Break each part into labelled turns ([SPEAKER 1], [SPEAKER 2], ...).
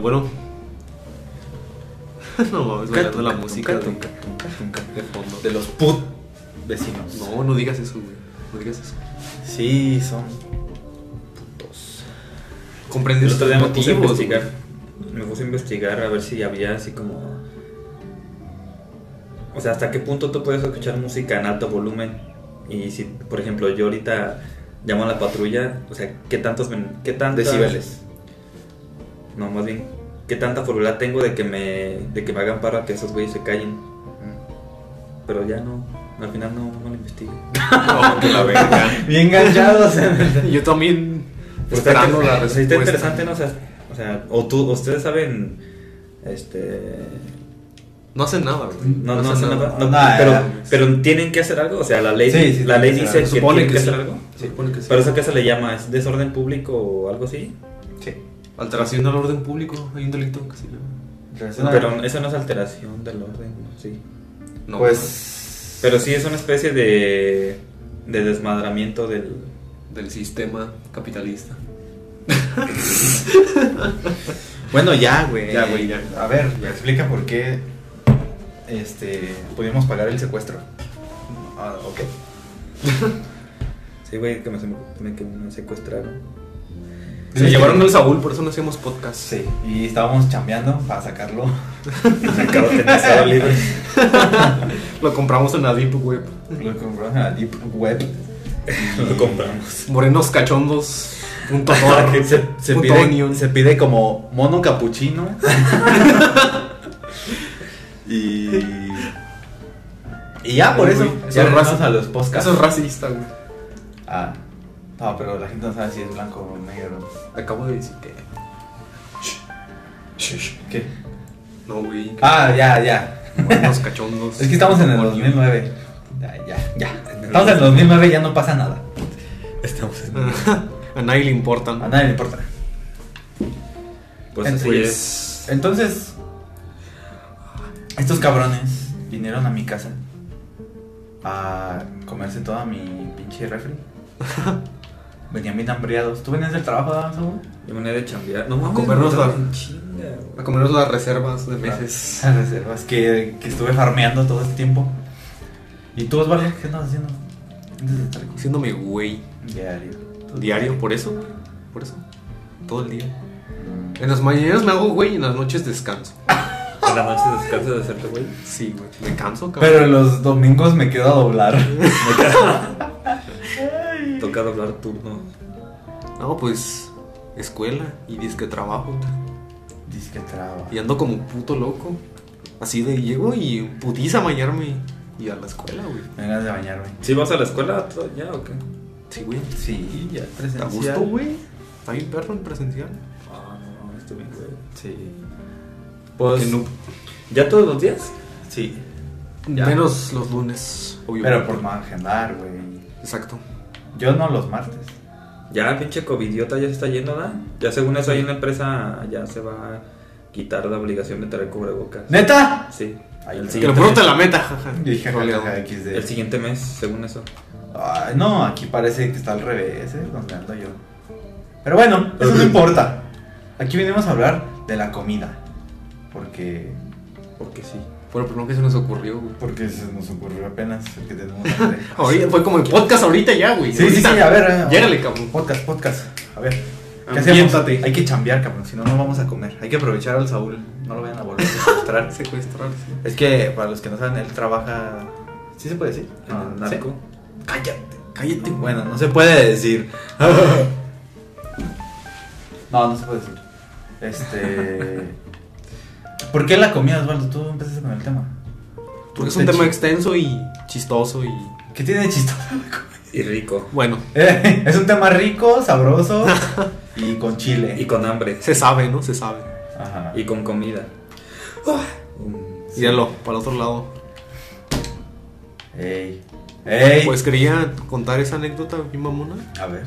[SPEAKER 1] bueno. no mames,
[SPEAKER 2] Pues
[SPEAKER 1] bailando la música de, de fondo.
[SPEAKER 2] De los put vecinos.
[SPEAKER 1] No, no digas eso, güey. No digas eso.
[SPEAKER 2] Sí, son putos.
[SPEAKER 1] Comprendes
[SPEAKER 2] El otro día me
[SPEAKER 1] sus
[SPEAKER 2] puse a
[SPEAKER 1] motivos,
[SPEAKER 2] investigar. Me puse a investigar a ver si había así como. O sea, hasta qué punto tú puedes escuchar música en alto volumen. Y si, por ejemplo, yo ahorita llamo a la patrulla, o sea, ¿qué tantos. men- ¿Qué tantos
[SPEAKER 3] Decibeles.
[SPEAKER 2] No, más bien, ¿qué tanta probabilidad tengo de que me, de que me hagan paro a que esos güeyes se callen? Pero ya no, al final no, no lo investigué.
[SPEAKER 1] No, que la verga.
[SPEAKER 3] Bien enganchados.
[SPEAKER 1] Yo también
[SPEAKER 2] Pues está
[SPEAKER 1] esperando
[SPEAKER 2] inter-
[SPEAKER 1] la
[SPEAKER 2] o sea,
[SPEAKER 1] respuesta.
[SPEAKER 2] Está interesante, ¿no? O sea, o, sea, o tú, ustedes saben, este...
[SPEAKER 1] No hacen nada, güey.
[SPEAKER 2] No, no, hacen nada, no,
[SPEAKER 3] Nada,
[SPEAKER 2] pero,
[SPEAKER 3] ya.
[SPEAKER 2] pero tienen que hacer algo, o sea, la ley,
[SPEAKER 3] Sí, sí,
[SPEAKER 2] la
[SPEAKER 3] tienen
[SPEAKER 2] ley
[SPEAKER 3] que hacer
[SPEAKER 2] dice que
[SPEAKER 3] algo.
[SPEAKER 1] Supone
[SPEAKER 2] tienen
[SPEAKER 1] que
[SPEAKER 2] que,
[SPEAKER 1] sí.
[SPEAKER 2] hacer algo.
[SPEAKER 1] Se supone que sí.
[SPEAKER 2] Pero eso que se le llama, ¿es desorden público o algo así?
[SPEAKER 3] Sí.
[SPEAKER 1] Alteración al orden público, hay un delito que se llama.
[SPEAKER 2] Pero eso no es alteración del orden, sí.
[SPEAKER 1] No,
[SPEAKER 3] pues.
[SPEAKER 2] Pero sí es una especie de, de desmadramiento del...
[SPEAKER 1] Del sistema capitalista.
[SPEAKER 3] Bueno, ya, güey.
[SPEAKER 1] Ya, güey, ya.
[SPEAKER 3] Eh, A ver, explica por qué. Este. Pudimos pagar el secuestro. Ah, ok.
[SPEAKER 2] Sí, güey, que me, se me- que me secuestraron.
[SPEAKER 1] Se llevaron al Saúl, por eso no hacíamos podcast.
[SPEAKER 3] Sí. Y estábamos chambeando para sacarlo.
[SPEAKER 2] Acabo de tener sábado libre.
[SPEAKER 1] Lo compramos en la Deep Web.
[SPEAKER 3] Lo compraron en la Deep Web.
[SPEAKER 2] Lo compramos.
[SPEAKER 1] Morenoscachondos.org.
[SPEAKER 3] se, se
[SPEAKER 1] Punto
[SPEAKER 3] pide,
[SPEAKER 1] onion.
[SPEAKER 3] se pide como mono capuchino. y. Y ya, por eso.
[SPEAKER 1] Güey,
[SPEAKER 3] Ya
[SPEAKER 1] eso es
[SPEAKER 3] regresamos
[SPEAKER 1] raci-
[SPEAKER 3] a los podcasts.
[SPEAKER 1] Eso es racista, güey.
[SPEAKER 3] Ah. No, pero la gente no sabe si es blanco o negro.
[SPEAKER 1] Acabo de decir que.
[SPEAKER 3] ¿Qué?
[SPEAKER 1] No, güey. que
[SPEAKER 3] Ah, ya, ya.
[SPEAKER 1] Morenos cachondos.
[SPEAKER 3] Es que estamos en el
[SPEAKER 1] Onion.
[SPEAKER 3] 2009. Ya, ya, ya. Estamos en el 2009 ya no pasa nada.
[SPEAKER 2] Estamos en...
[SPEAKER 1] A nadie le
[SPEAKER 3] A
[SPEAKER 1] importan.
[SPEAKER 3] nadie le importa.
[SPEAKER 2] Pues así
[SPEAKER 3] Pues,
[SPEAKER 2] es.
[SPEAKER 3] Entonces, estos cabrones vinieron a mi casa a comerse toda mi pinche refri. Venían bien hambriados. ¿Tú venías del trabajo, Adán, Saúl?
[SPEAKER 2] Yo venía de chambear. No mames.
[SPEAKER 1] Comernos
[SPEAKER 2] me
[SPEAKER 1] la-
[SPEAKER 2] en chinga, güey.
[SPEAKER 1] A comernos las reservas de meses.
[SPEAKER 3] Esas reservas que, que estuve farmeando todo este tiempo. ¿Y tú, Osvaldo, qué estás haciendo? Antes de estar aquí.
[SPEAKER 1] Haciéndome güey.
[SPEAKER 3] Diario.
[SPEAKER 1] Diario, por eso, güey. Por eso. Todo el día.
[SPEAKER 3] Mm.
[SPEAKER 1] En las mañanas me hago güey y en las noches descanso.
[SPEAKER 2] En la noche descansas de hacerte, güey.
[SPEAKER 1] Sí, güey. Me canso, cabrón.
[SPEAKER 3] Pero los domingos me quedo a doblar.
[SPEAKER 2] Toca doblar turno.
[SPEAKER 1] No, pues. Escuela y disque trabajo.
[SPEAKER 3] Dice que traba.
[SPEAKER 1] Y ando como puto loco. Así de llego y putiza a bañarme y a la escuela, güey.
[SPEAKER 3] Me ganas de bañarme.
[SPEAKER 2] ¿Sí vas a la escuela to- ya o qué?
[SPEAKER 1] Sí, güey.
[SPEAKER 3] Sí, ya
[SPEAKER 1] ¿Te
[SPEAKER 3] presencial.
[SPEAKER 1] gusto, güey? Está bien perro en presencial.
[SPEAKER 2] Ah, no, no, estoy bien, güey.
[SPEAKER 3] Sí.
[SPEAKER 2] Pues.
[SPEAKER 1] Que no-
[SPEAKER 2] ¿Ya todos los días?
[SPEAKER 3] Sí. Ya.
[SPEAKER 1] Menos los lunes, obvio.
[SPEAKER 3] Pero por no agendar, güey.
[SPEAKER 1] Exacto.
[SPEAKER 3] Yo no los martes.
[SPEAKER 2] Ya, pinche covidiota ya se está yendo, ¿verdad? Ya según eso, ahí en la empresa ya se va a quitar la obligación de traer cubrebocas.
[SPEAKER 3] ¿Neta?
[SPEAKER 2] Sí.
[SPEAKER 3] Ay,
[SPEAKER 1] Que
[SPEAKER 2] el,
[SPEAKER 3] no.
[SPEAKER 1] lo
[SPEAKER 2] siguiente
[SPEAKER 1] pronto
[SPEAKER 2] mes,
[SPEAKER 1] la meta, jaja.
[SPEAKER 3] Yo dije
[SPEAKER 1] Roleado.
[SPEAKER 3] jajaja, XD.
[SPEAKER 2] el siguiente mes, según eso.
[SPEAKER 3] Ay, no, aquí parece que está al revés, ¿eh? Donde ando yo. Pero bueno, eso no importa. Aquí venimos a hablar de la comida. Porque.
[SPEAKER 2] Porque sí.
[SPEAKER 1] Fue lo primero que se nos ocurrió, güey.
[SPEAKER 3] Porque se nos ocurrió apenas que tenemos hambre.
[SPEAKER 1] Ahorita fue como el podcast ahorita ya, güey.
[SPEAKER 3] Ah, Sí, sí, sí,
[SPEAKER 1] Ahorita.
[SPEAKER 3] a ver. eh,
[SPEAKER 1] Llégale, cabrón.
[SPEAKER 3] Podcast, podcast. A ver. ¿Qué hacemos?
[SPEAKER 1] Ambiéntate.
[SPEAKER 3] Hay que chambear, cabrón. Si no, no vamos a comer. Hay que aprovechar al Saúl. No lo vayan a volver a secuestrar.
[SPEAKER 1] Secuestrarse.
[SPEAKER 3] Es que para los que no saben, él trabaja. ¿Sí se puede decir?
[SPEAKER 2] En
[SPEAKER 1] Ah,
[SPEAKER 2] el
[SPEAKER 3] ¿Sí?
[SPEAKER 2] narco.
[SPEAKER 1] Cállate, cállate, güey.
[SPEAKER 3] Bueno, no se puede decir. no, no se puede decir. Este. ¿Por qué la comida, Osvaldo? Tú empezaste con el tema.
[SPEAKER 1] Porque es un tema extenso y chistoso y.
[SPEAKER 3] ¿Qué tiene de chistoso?
[SPEAKER 2] Y rico.
[SPEAKER 1] Bueno,
[SPEAKER 3] Eh, es un tema rico, sabroso y con chile.
[SPEAKER 2] Y con hambre.
[SPEAKER 1] se sabe, ¿no? Se sabe.
[SPEAKER 3] Ajá.
[SPEAKER 2] Y con comida. Um,
[SPEAKER 1] Míralo, para el otro lado.
[SPEAKER 3] Ey. Ey.
[SPEAKER 1] Pues quería contar esa anécdota, mi mamona,
[SPEAKER 3] A ver.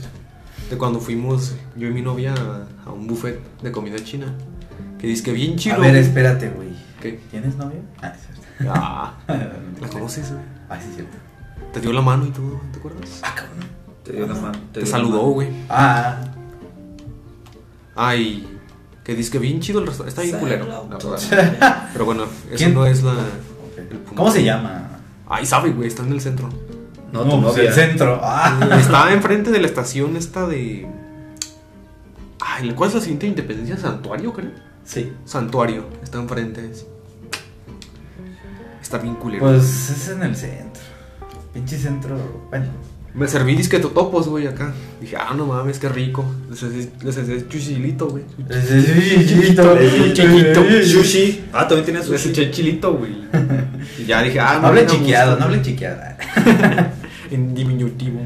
[SPEAKER 1] de cuando fuimos yo y mi novia a- a un buffet de comida china. Que dice que bien chido.
[SPEAKER 3] A ver, espérate, güey.
[SPEAKER 1] ¿Qué?
[SPEAKER 3] ¿Tienes novia? Ah, es cierto.
[SPEAKER 1] Ah, la
[SPEAKER 3] Ah,
[SPEAKER 1] conoces, güey.
[SPEAKER 3] sí, es cierto.
[SPEAKER 1] Te dio la mano y todo, ¿te acuerdas?
[SPEAKER 3] Ah, cabrón.
[SPEAKER 2] Te dio la mano.
[SPEAKER 1] Te
[SPEAKER 2] dio la
[SPEAKER 1] saludó,
[SPEAKER 2] mano.
[SPEAKER 1] güey.
[SPEAKER 3] Ah.
[SPEAKER 1] Ay, Que dice que bien chido el restaurante. Está bien culero, la verdad. Pero bueno, eso
[SPEAKER 3] ¿Quién?
[SPEAKER 1] no es la.
[SPEAKER 3] Ok.
[SPEAKER 1] el punto.
[SPEAKER 3] ¿Cómo se llama?
[SPEAKER 1] Ay, sabe, güey, está en el centro.
[SPEAKER 2] No, tu
[SPEAKER 3] pues,
[SPEAKER 2] novia.
[SPEAKER 3] el centro. Ah.
[SPEAKER 1] Está enfrente de la estación esta de. Ay, ¿cuál es la siguiente independencia? Santuario, creo.
[SPEAKER 3] Sí.
[SPEAKER 1] Santuario, está enfrente. es- Está bien culero.
[SPEAKER 3] Pues es en el centro. Pinche centro. Bueno.
[SPEAKER 1] Me serví disque totopos, güey, acá. Dije, ah, no mames, qué rico. Les hice les hice chuchilito, güey.
[SPEAKER 3] Chiquito.
[SPEAKER 1] Chuchilito, chuchilito.
[SPEAKER 2] Sushi. Ah, también tiene
[SPEAKER 1] Les
[SPEAKER 2] sushi.
[SPEAKER 1] eché chilito, güey. Y ya dije, ah,
[SPEAKER 3] No hable
[SPEAKER 1] me gusta.
[SPEAKER 3] chiqueado, no hable chiqueado. Ah,
[SPEAKER 1] En diminutivo.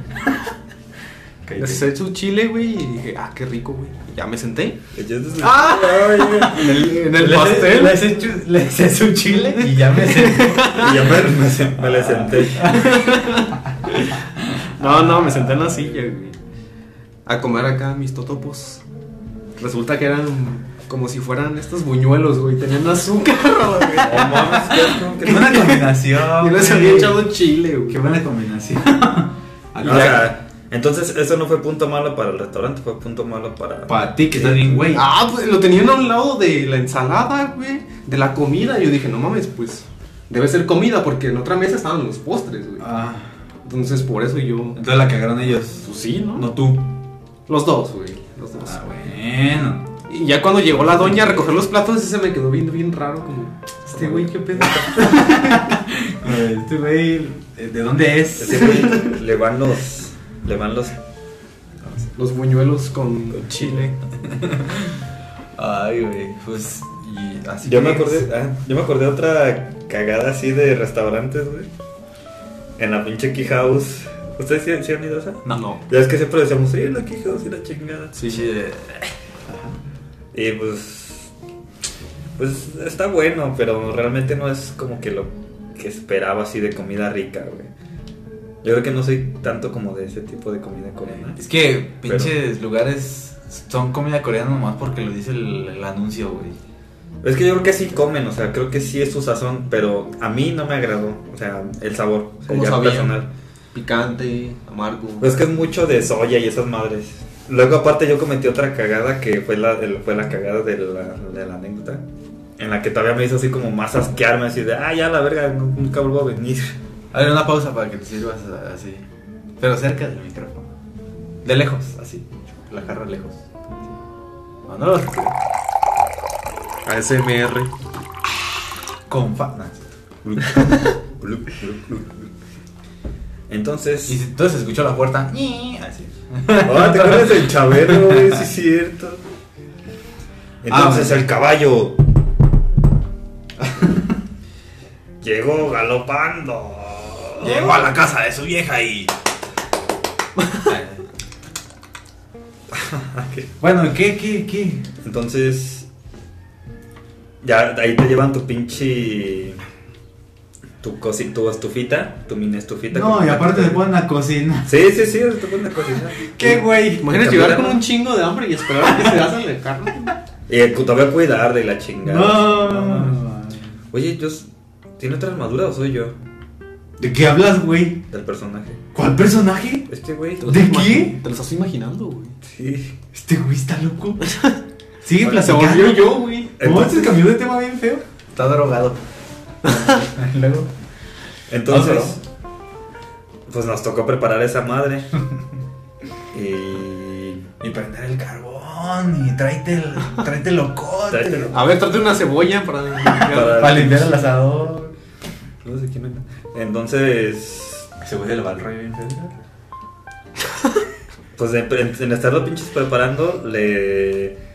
[SPEAKER 3] Ok,
[SPEAKER 1] Les
[SPEAKER 3] ok.
[SPEAKER 1] eché su chile, güey, y dije, ah, qué rico, güey. Y ya me senté.
[SPEAKER 2] ¡Ah!
[SPEAKER 1] En el, en el
[SPEAKER 3] Le-
[SPEAKER 1] pastel.
[SPEAKER 3] le- le- chu- Le hice su chile y ya me senté.
[SPEAKER 2] Y yo me, me sen- me le senté.
[SPEAKER 1] No, no, me senté en la silla, güey. A comer acá mis totopos. Resulta que eran como si fueran estos buñuelos, güey. Tenían azúcar, güey.
[SPEAKER 2] No mames, qué asco, qué
[SPEAKER 3] Qué buena combinación.
[SPEAKER 1] Y les
[SPEAKER 3] güey.
[SPEAKER 1] había echado chile, güey. Ah,
[SPEAKER 3] Qué buena combinación.
[SPEAKER 1] Y
[SPEAKER 2] O
[SPEAKER 1] ya-
[SPEAKER 2] sea, entonces eso no fue punto malo para el restaurante, fue punto malo para...
[SPEAKER 3] Para ti que estás bien, güey.
[SPEAKER 1] Ah, pues lo tenían a un lado de la ensalada, güey. De la comida. Yo dije, no mames, pues. Debe ser comida, porque en otra mesa estaban los postres, güey.
[SPEAKER 3] Ah,
[SPEAKER 1] Entonces por eso yo.
[SPEAKER 3] entonces la cagaron ellos.
[SPEAKER 1] Pues sí, ¿no?
[SPEAKER 3] No tú.
[SPEAKER 1] Los dos, güey. Los dos.
[SPEAKER 3] Ah, bueno.
[SPEAKER 1] Y ya cuando llegó la doña a recoger los platos, ese me quedó bien, bien raro, como. Este güey, qué pedo.
[SPEAKER 3] Pues, Este güey, eh, ¿de dónde es?
[SPEAKER 2] Ese güey le van los... Le van los...
[SPEAKER 1] Los buñuelos con chile.
[SPEAKER 3] Ay, güey, pues. Y así
[SPEAKER 2] Yo me
[SPEAKER 3] que-
[SPEAKER 2] acordé, ah, yo me acordé otra cagada así de restaurantes, güey. En la pinche Key House. ¿Ustedes sí, sí han ido a esa?
[SPEAKER 3] No.
[SPEAKER 2] Ya es que siempre decíamos, sí, la Key House y la chingada.
[SPEAKER 1] Sí,
[SPEAKER 3] eh,
[SPEAKER 2] Y pues. Pues está bueno, pero realmente no es como que lo que esperaba así de comida rica, güey. Yo creo que no soy tanto como de ese tipo de comida coreana.
[SPEAKER 3] Es que pinches lugares son comida coreana nomás porque lo dice el, el anuncio, güey.
[SPEAKER 2] Es que yo creo que sí comen, o sea, creo que sí es su sazón, pero a mí no me agradó, o sea, el sabor, o sea,
[SPEAKER 1] ¿Cómo
[SPEAKER 2] ya
[SPEAKER 1] sabía?
[SPEAKER 2] personal.
[SPEAKER 1] Picante, amargo.
[SPEAKER 2] Pues es que es mucho de soya y esas madres. Luego aparte yo cometí otra cagada que fue la, el- fue la cagada de la, de la anécdota. En la que todavía me hizo así como más asquearme, así de, ah, ya la verga, nu- nunca vuelvo a venir.
[SPEAKER 3] A ver, una pausa para que te sirvas a- así. Pero cerca del micrófono. De lejos, así. La jarra lejos. No, no lo recuerdo.
[SPEAKER 1] ASMR.
[SPEAKER 3] Con fanas.
[SPEAKER 2] Entonces...
[SPEAKER 3] Y si- entonces escuchó la puerta. ñi, Así.
[SPEAKER 2] Ah, ¿te acuerdas del chavero, güey? Sí, es cierto. Entonces,
[SPEAKER 3] Ah,
[SPEAKER 2] el caballo. Llegó galopando.
[SPEAKER 3] Llegó a la casa de su vieja y. bueno, ¿qué, qué, qué?
[SPEAKER 2] Entonces. Ya ahí te llevan tu pinche. Tu, cosi, tu estufita, tu mini estufita.
[SPEAKER 3] No,
[SPEAKER 2] con-
[SPEAKER 3] y aparte se ponen a cocinar.
[SPEAKER 2] Sí, sí, sí, te ponen a cocinar.
[SPEAKER 3] ¿Qué, güey?
[SPEAKER 1] Imagínate llegar con un chingo de hambre y esperar a que se hacen de carne.
[SPEAKER 2] Y el puto voy a cuidar de la chingada. mames.
[SPEAKER 3] No.
[SPEAKER 2] Oye, yo. ¿Tiene otra armadura o soy yo?
[SPEAKER 3] ¿De qué hablas, güey?
[SPEAKER 2] Del personaje.
[SPEAKER 3] ¿Cuál personaje?
[SPEAKER 2] Este güey.
[SPEAKER 1] Te los
[SPEAKER 3] ¿De
[SPEAKER 1] estás
[SPEAKER 3] qué?
[SPEAKER 1] imagi- Te lo estás imaginando, güey.
[SPEAKER 2] Sí.
[SPEAKER 3] Este güey está loco. Sigue
[SPEAKER 2] Ahora
[SPEAKER 1] Se
[SPEAKER 3] platicando.
[SPEAKER 1] volvió yo, güey.
[SPEAKER 3] ¿Cómo
[SPEAKER 2] Entonces-
[SPEAKER 3] se cambió de tema bien feo? Está drogado. Luego.
[SPEAKER 2] Entonces,
[SPEAKER 3] Otro.
[SPEAKER 2] pues nos tocó preparar esa madre. y.
[SPEAKER 3] Y prender el carbón y tráete el, tráete el locote.
[SPEAKER 2] Tráete el-
[SPEAKER 1] A ver, trate una cebolla para.
[SPEAKER 2] Para-
[SPEAKER 3] Para limpiar el asador.
[SPEAKER 2] No sé quién era. Entonces,
[SPEAKER 3] Ese güey se le va el rollo bien feo.
[SPEAKER 2] pues en, en estarlo pinches preparando, le.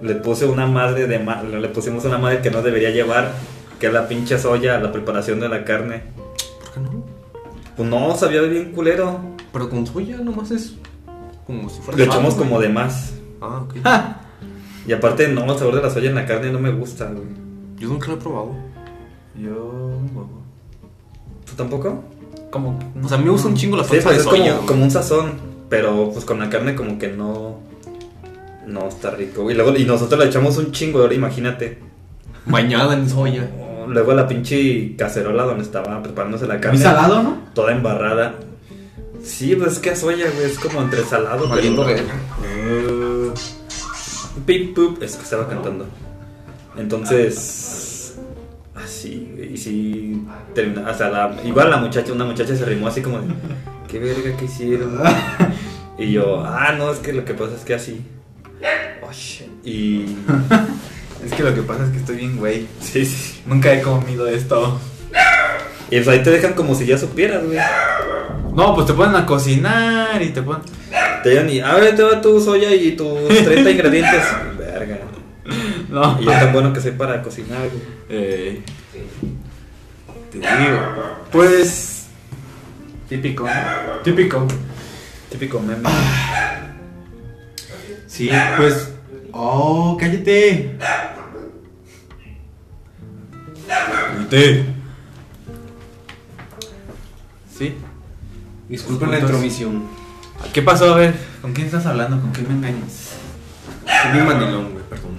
[SPEAKER 2] Le puse una madre de. ma- le pusimos una madre que no debería llevar, que es la pinche soya a la preparación de la carne.
[SPEAKER 1] ¿Por qué no?
[SPEAKER 2] Pues no, sabía bien culero.
[SPEAKER 1] Pero con soya nomás es. Como si fuera.
[SPEAKER 2] Lo
[SPEAKER 1] sal,
[SPEAKER 2] echamos
[SPEAKER 1] güey.
[SPEAKER 2] como de más.
[SPEAKER 1] Ah, ok.
[SPEAKER 2] Y aparte, no, el sabor de la soya en la carne no me gusta, güey.
[SPEAKER 1] Yo nunca lo he probado.
[SPEAKER 3] Yo.
[SPEAKER 2] ¿Tú tampoco?
[SPEAKER 3] Como. Mm. que-
[SPEAKER 1] O sea, a mí me gusta un chingo la
[SPEAKER 2] Sí,
[SPEAKER 1] salsa
[SPEAKER 2] pues
[SPEAKER 1] de
[SPEAKER 2] es
[SPEAKER 1] soya.
[SPEAKER 2] como,
[SPEAKER 1] güey.
[SPEAKER 2] como un sazón, pero pues con la carne como que no no está rico. Y luego y nosotros le echamos un chingo de hora, imagínate.
[SPEAKER 1] Bañada en soya.
[SPEAKER 2] Luego la pinche cacerola donde estaba preparándose la
[SPEAKER 3] Muy
[SPEAKER 2] carne,
[SPEAKER 3] salado, ¿no?
[SPEAKER 2] toda embarrada. Sí, pues es que a soya, güey, es como entre salado,
[SPEAKER 1] Valiendo
[SPEAKER 2] pero-
[SPEAKER 1] verga.
[SPEAKER 2] Eh, Pip, pup, eso que estaba cantando. Entonces, así, y sí, termina, hasta la, igual la muchacha, una muchacha se rimó así como de, qué verga que hicieron. Y yo, ah, no, es que lo que pasa es que así. Oh, shit. Y,
[SPEAKER 3] Es que lo que pasa es que estoy bien, güey.
[SPEAKER 2] sí, sí.
[SPEAKER 3] Nunca he comido esto.
[SPEAKER 2] Y pues ahí te dejan como si ya supieras, güey.
[SPEAKER 3] No, pues te ponen a cocinar y te ponen.
[SPEAKER 2] Te digan, y, a ver, te va tu soya y tus 30 ingredientes. Verga.
[SPEAKER 3] No.
[SPEAKER 2] Y es tan bueno que soy para cocinar, güey.
[SPEAKER 3] Eh, te digo. Pues. Típico. ¿no? Típico.
[SPEAKER 2] Típico meme.
[SPEAKER 3] Sí, pues. Oh, cállate. Cállate. Sí.
[SPEAKER 1] Disculpen la
[SPEAKER 3] Disculpas.
[SPEAKER 1] intromisión.
[SPEAKER 3] ¿Qué pasó? A ver, ¿con quién estás hablando? ¿Con quién me engañas?
[SPEAKER 1] Soy bien mandilón, güey, perdón.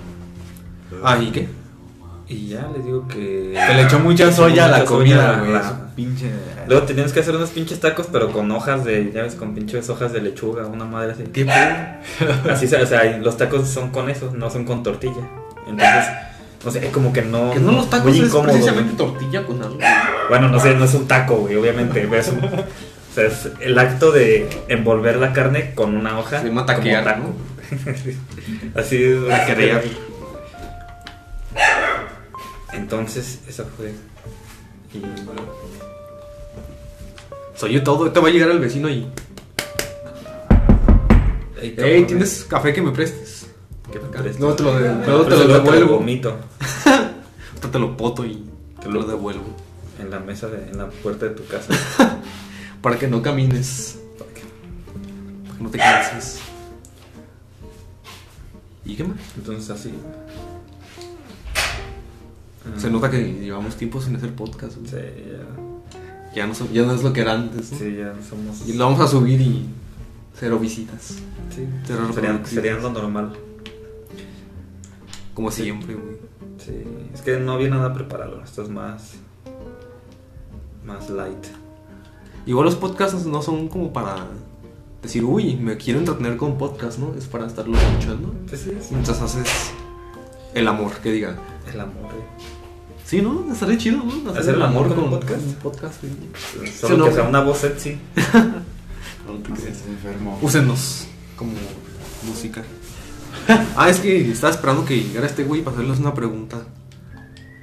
[SPEAKER 3] Ah, ¿y qué?
[SPEAKER 2] Y ya les digo que.
[SPEAKER 3] Te le echó mucha soya a la
[SPEAKER 2] Mucha
[SPEAKER 3] comida,
[SPEAKER 2] soya,
[SPEAKER 3] güey.
[SPEAKER 2] la-
[SPEAKER 3] su Pinche.
[SPEAKER 2] Luego teníamos que hacer unos pinches tacos, pero con hojas de, ya ves, con pinches hojas de lechuga, una madre así.
[SPEAKER 3] ¿Qué pedo?
[SPEAKER 2] Así, se- o sea, y los tacos son con eso, no son con tortilla. Entonces, no sé, como que no.
[SPEAKER 1] Que no los tacos
[SPEAKER 2] muy
[SPEAKER 1] es
[SPEAKER 2] incómodo,
[SPEAKER 1] precisamente tortilla con algo.
[SPEAKER 2] güey. Bueno, no sé, no es un taco, güey, obviamente. Es un- o sea, es el acto de envolver la carne con una hoja.
[SPEAKER 1] Se llama taquear,
[SPEAKER 2] como taco. Así es. este,
[SPEAKER 1] Taquerear.
[SPEAKER 2] Entonces, eso fue. Y
[SPEAKER 1] Soy yo todo, te va a llegar el vecino y.
[SPEAKER 2] Ey,
[SPEAKER 1] Ey, ¿tienes café que me prestes?
[SPEAKER 2] ¿Qué me prestas?
[SPEAKER 1] No, te lo, de-
[SPEAKER 2] Pero
[SPEAKER 1] luego te
[SPEAKER 2] eso
[SPEAKER 1] lo
[SPEAKER 2] luego
[SPEAKER 1] devuelvo.
[SPEAKER 2] vomito
[SPEAKER 1] Ahorita te lo poto y te lo devuelvo.
[SPEAKER 2] en la mesa, de- en la puerta de tu casa.
[SPEAKER 1] Para que no camines.
[SPEAKER 2] Porque
[SPEAKER 1] Para que no te canses. ¿Y qué más?
[SPEAKER 2] Entonces así.
[SPEAKER 1] Se nota que llevamos tiempo sin hacer podcast. güey.
[SPEAKER 2] Sí, ya,
[SPEAKER 1] Ya, no, so- ya no es lo que era antes. ¿no?
[SPEAKER 2] sí, ya somos.
[SPEAKER 1] Y lo vamos a subir y cero visitas.
[SPEAKER 2] sí,
[SPEAKER 1] Cero
[SPEAKER 2] sería,
[SPEAKER 1] reproducciones.
[SPEAKER 2] sería lo normal.
[SPEAKER 1] Como siempre, güey.
[SPEAKER 2] Sí, es que no había nada preparado. Esto es más. Más light.
[SPEAKER 1] Igual los podcasts no son como para decir, uy, me quiero entretener con podcast, ¿no? Es para estarlo escuchando.
[SPEAKER 2] Pues sí, es
[SPEAKER 1] Mientras haces el amor, que diga.
[SPEAKER 2] el amor. eh.
[SPEAKER 1] Sí, ¿no? Estaría chido, ¿no?
[SPEAKER 2] ¿Hacer el amor con un podcast?
[SPEAKER 1] un podcast, sí.
[SPEAKER 2] Solo
[SPEAKER 1] no,
[SPEAKER 2] que
[SPEAKER 1] güey.
[SPEAKER 2] sea una voz sexy.
[SPEAKER 1] No te
[SPEAKER 3] No
[SPEAKER 1] creas.
[SPEAKER 3] seas enfermo.
[SPEAKER 1] Úsenos como música. ah, es que estaba esperando que llegara este güey para hacerles una pregunta.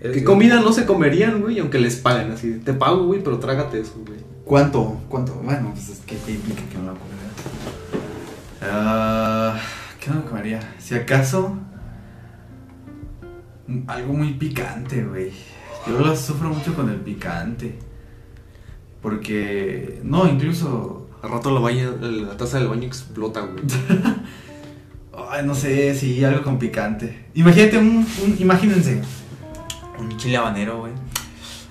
[SPEAKER 1] ¿Qué
[SPEAKER 2] Es-
[SPEAKER 1] comida no se comerían, güey? Aunque les paguen así. de, Te pago, güey, pero trágate eso, güey.
[SPEAKER 3] ¿Cuánto? ¿Cuánto? Bueno, pues es que te implica que no lo comería. Ah, ¿Qué no me comería? Si acaso. mm, Algo muy picante, güey. Yo lo sufro mucho con el picante. Porque. No, incluso.
[SPEAKER 1] Al rato la, baña, la taza del baño explota, güey.
[SPEAKER 3] Ay, no sé, sí, algo con picante. Imagínate un. un- imagínense. Un chile habanero, güey.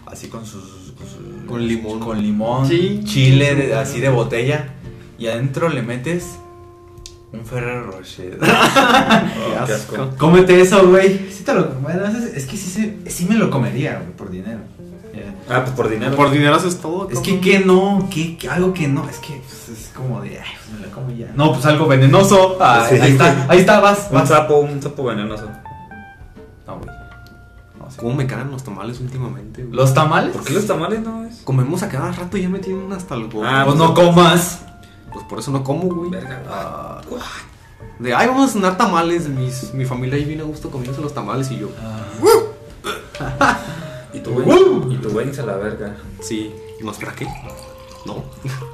[SPEAKER 3] Así con sus. Con, sus-
[SPEAKER 1] Con limón.
[SPEAKER 3] Con limón.
[SPEAKER 1] Sí.
[SPEAKER 3] Chile de- así de botella. Y adentro le metes. Un Ferrero Rocher.
[SPEAKER 2] Oh, qué asco.
[SPEAKER 3] Cómete eso, güey. Sí te lo bueno, es, es que sí, se- sí me lo comería, güey, por dinero. Ya.
[SPEAKER 2] Ah, pues por dinero.
[SPEAKER 1] Por dinero haces todo.
[SPEAKER 3] Es que
[SPEAKER 1] cabrón.
[SPEAKER 3] qué no, ¿Qué, qué- algo que no, es que pues, es como de, ay, pues me lo como ya. No, pues algo venenoso. Ah,
[SPEAKER 2] Sí.
[SPEAKER 3] Ahí está, ahí está, vas,
[SPEAKER 2] Un
[SPEAKER 3] vas.
[SPEAKER 2] sapo, un sapo venenoso.
[SPEAKER 3] No, güey. No, sí.
[SPEAKER 1] ¿Cómo me cagan los tamales últimamente, güey?
[SPEAKER 3] ¿Los tamales?
[SPEAKER 2] ¿Por qué los tamales no es?
[SPEAKER 1] Comemos a cada rato y ya me tienen hasta el gorro.
[SPEAKER 2] Ah,
[SPEAKER 3] Pues no comas.
[SPEAKER 1] Pues por eso no como, güey.
[SPEAKER 2] Verga,
[SPEAKER 3] Ah,
[SPEAKER 1] De, ay, vamos a cenar tamales. Mis, mi familia ahí viene a gusto comiéndose los tamales y yo.
[SPEAKER 3] ah.
[SPEAKER 2] Y tu ven,
[SPEAKER 3] Uh.
[SPEAKER 2] y tu ven a la verga.
[SPEAKER 1] Sí. ¿No espera qué? No.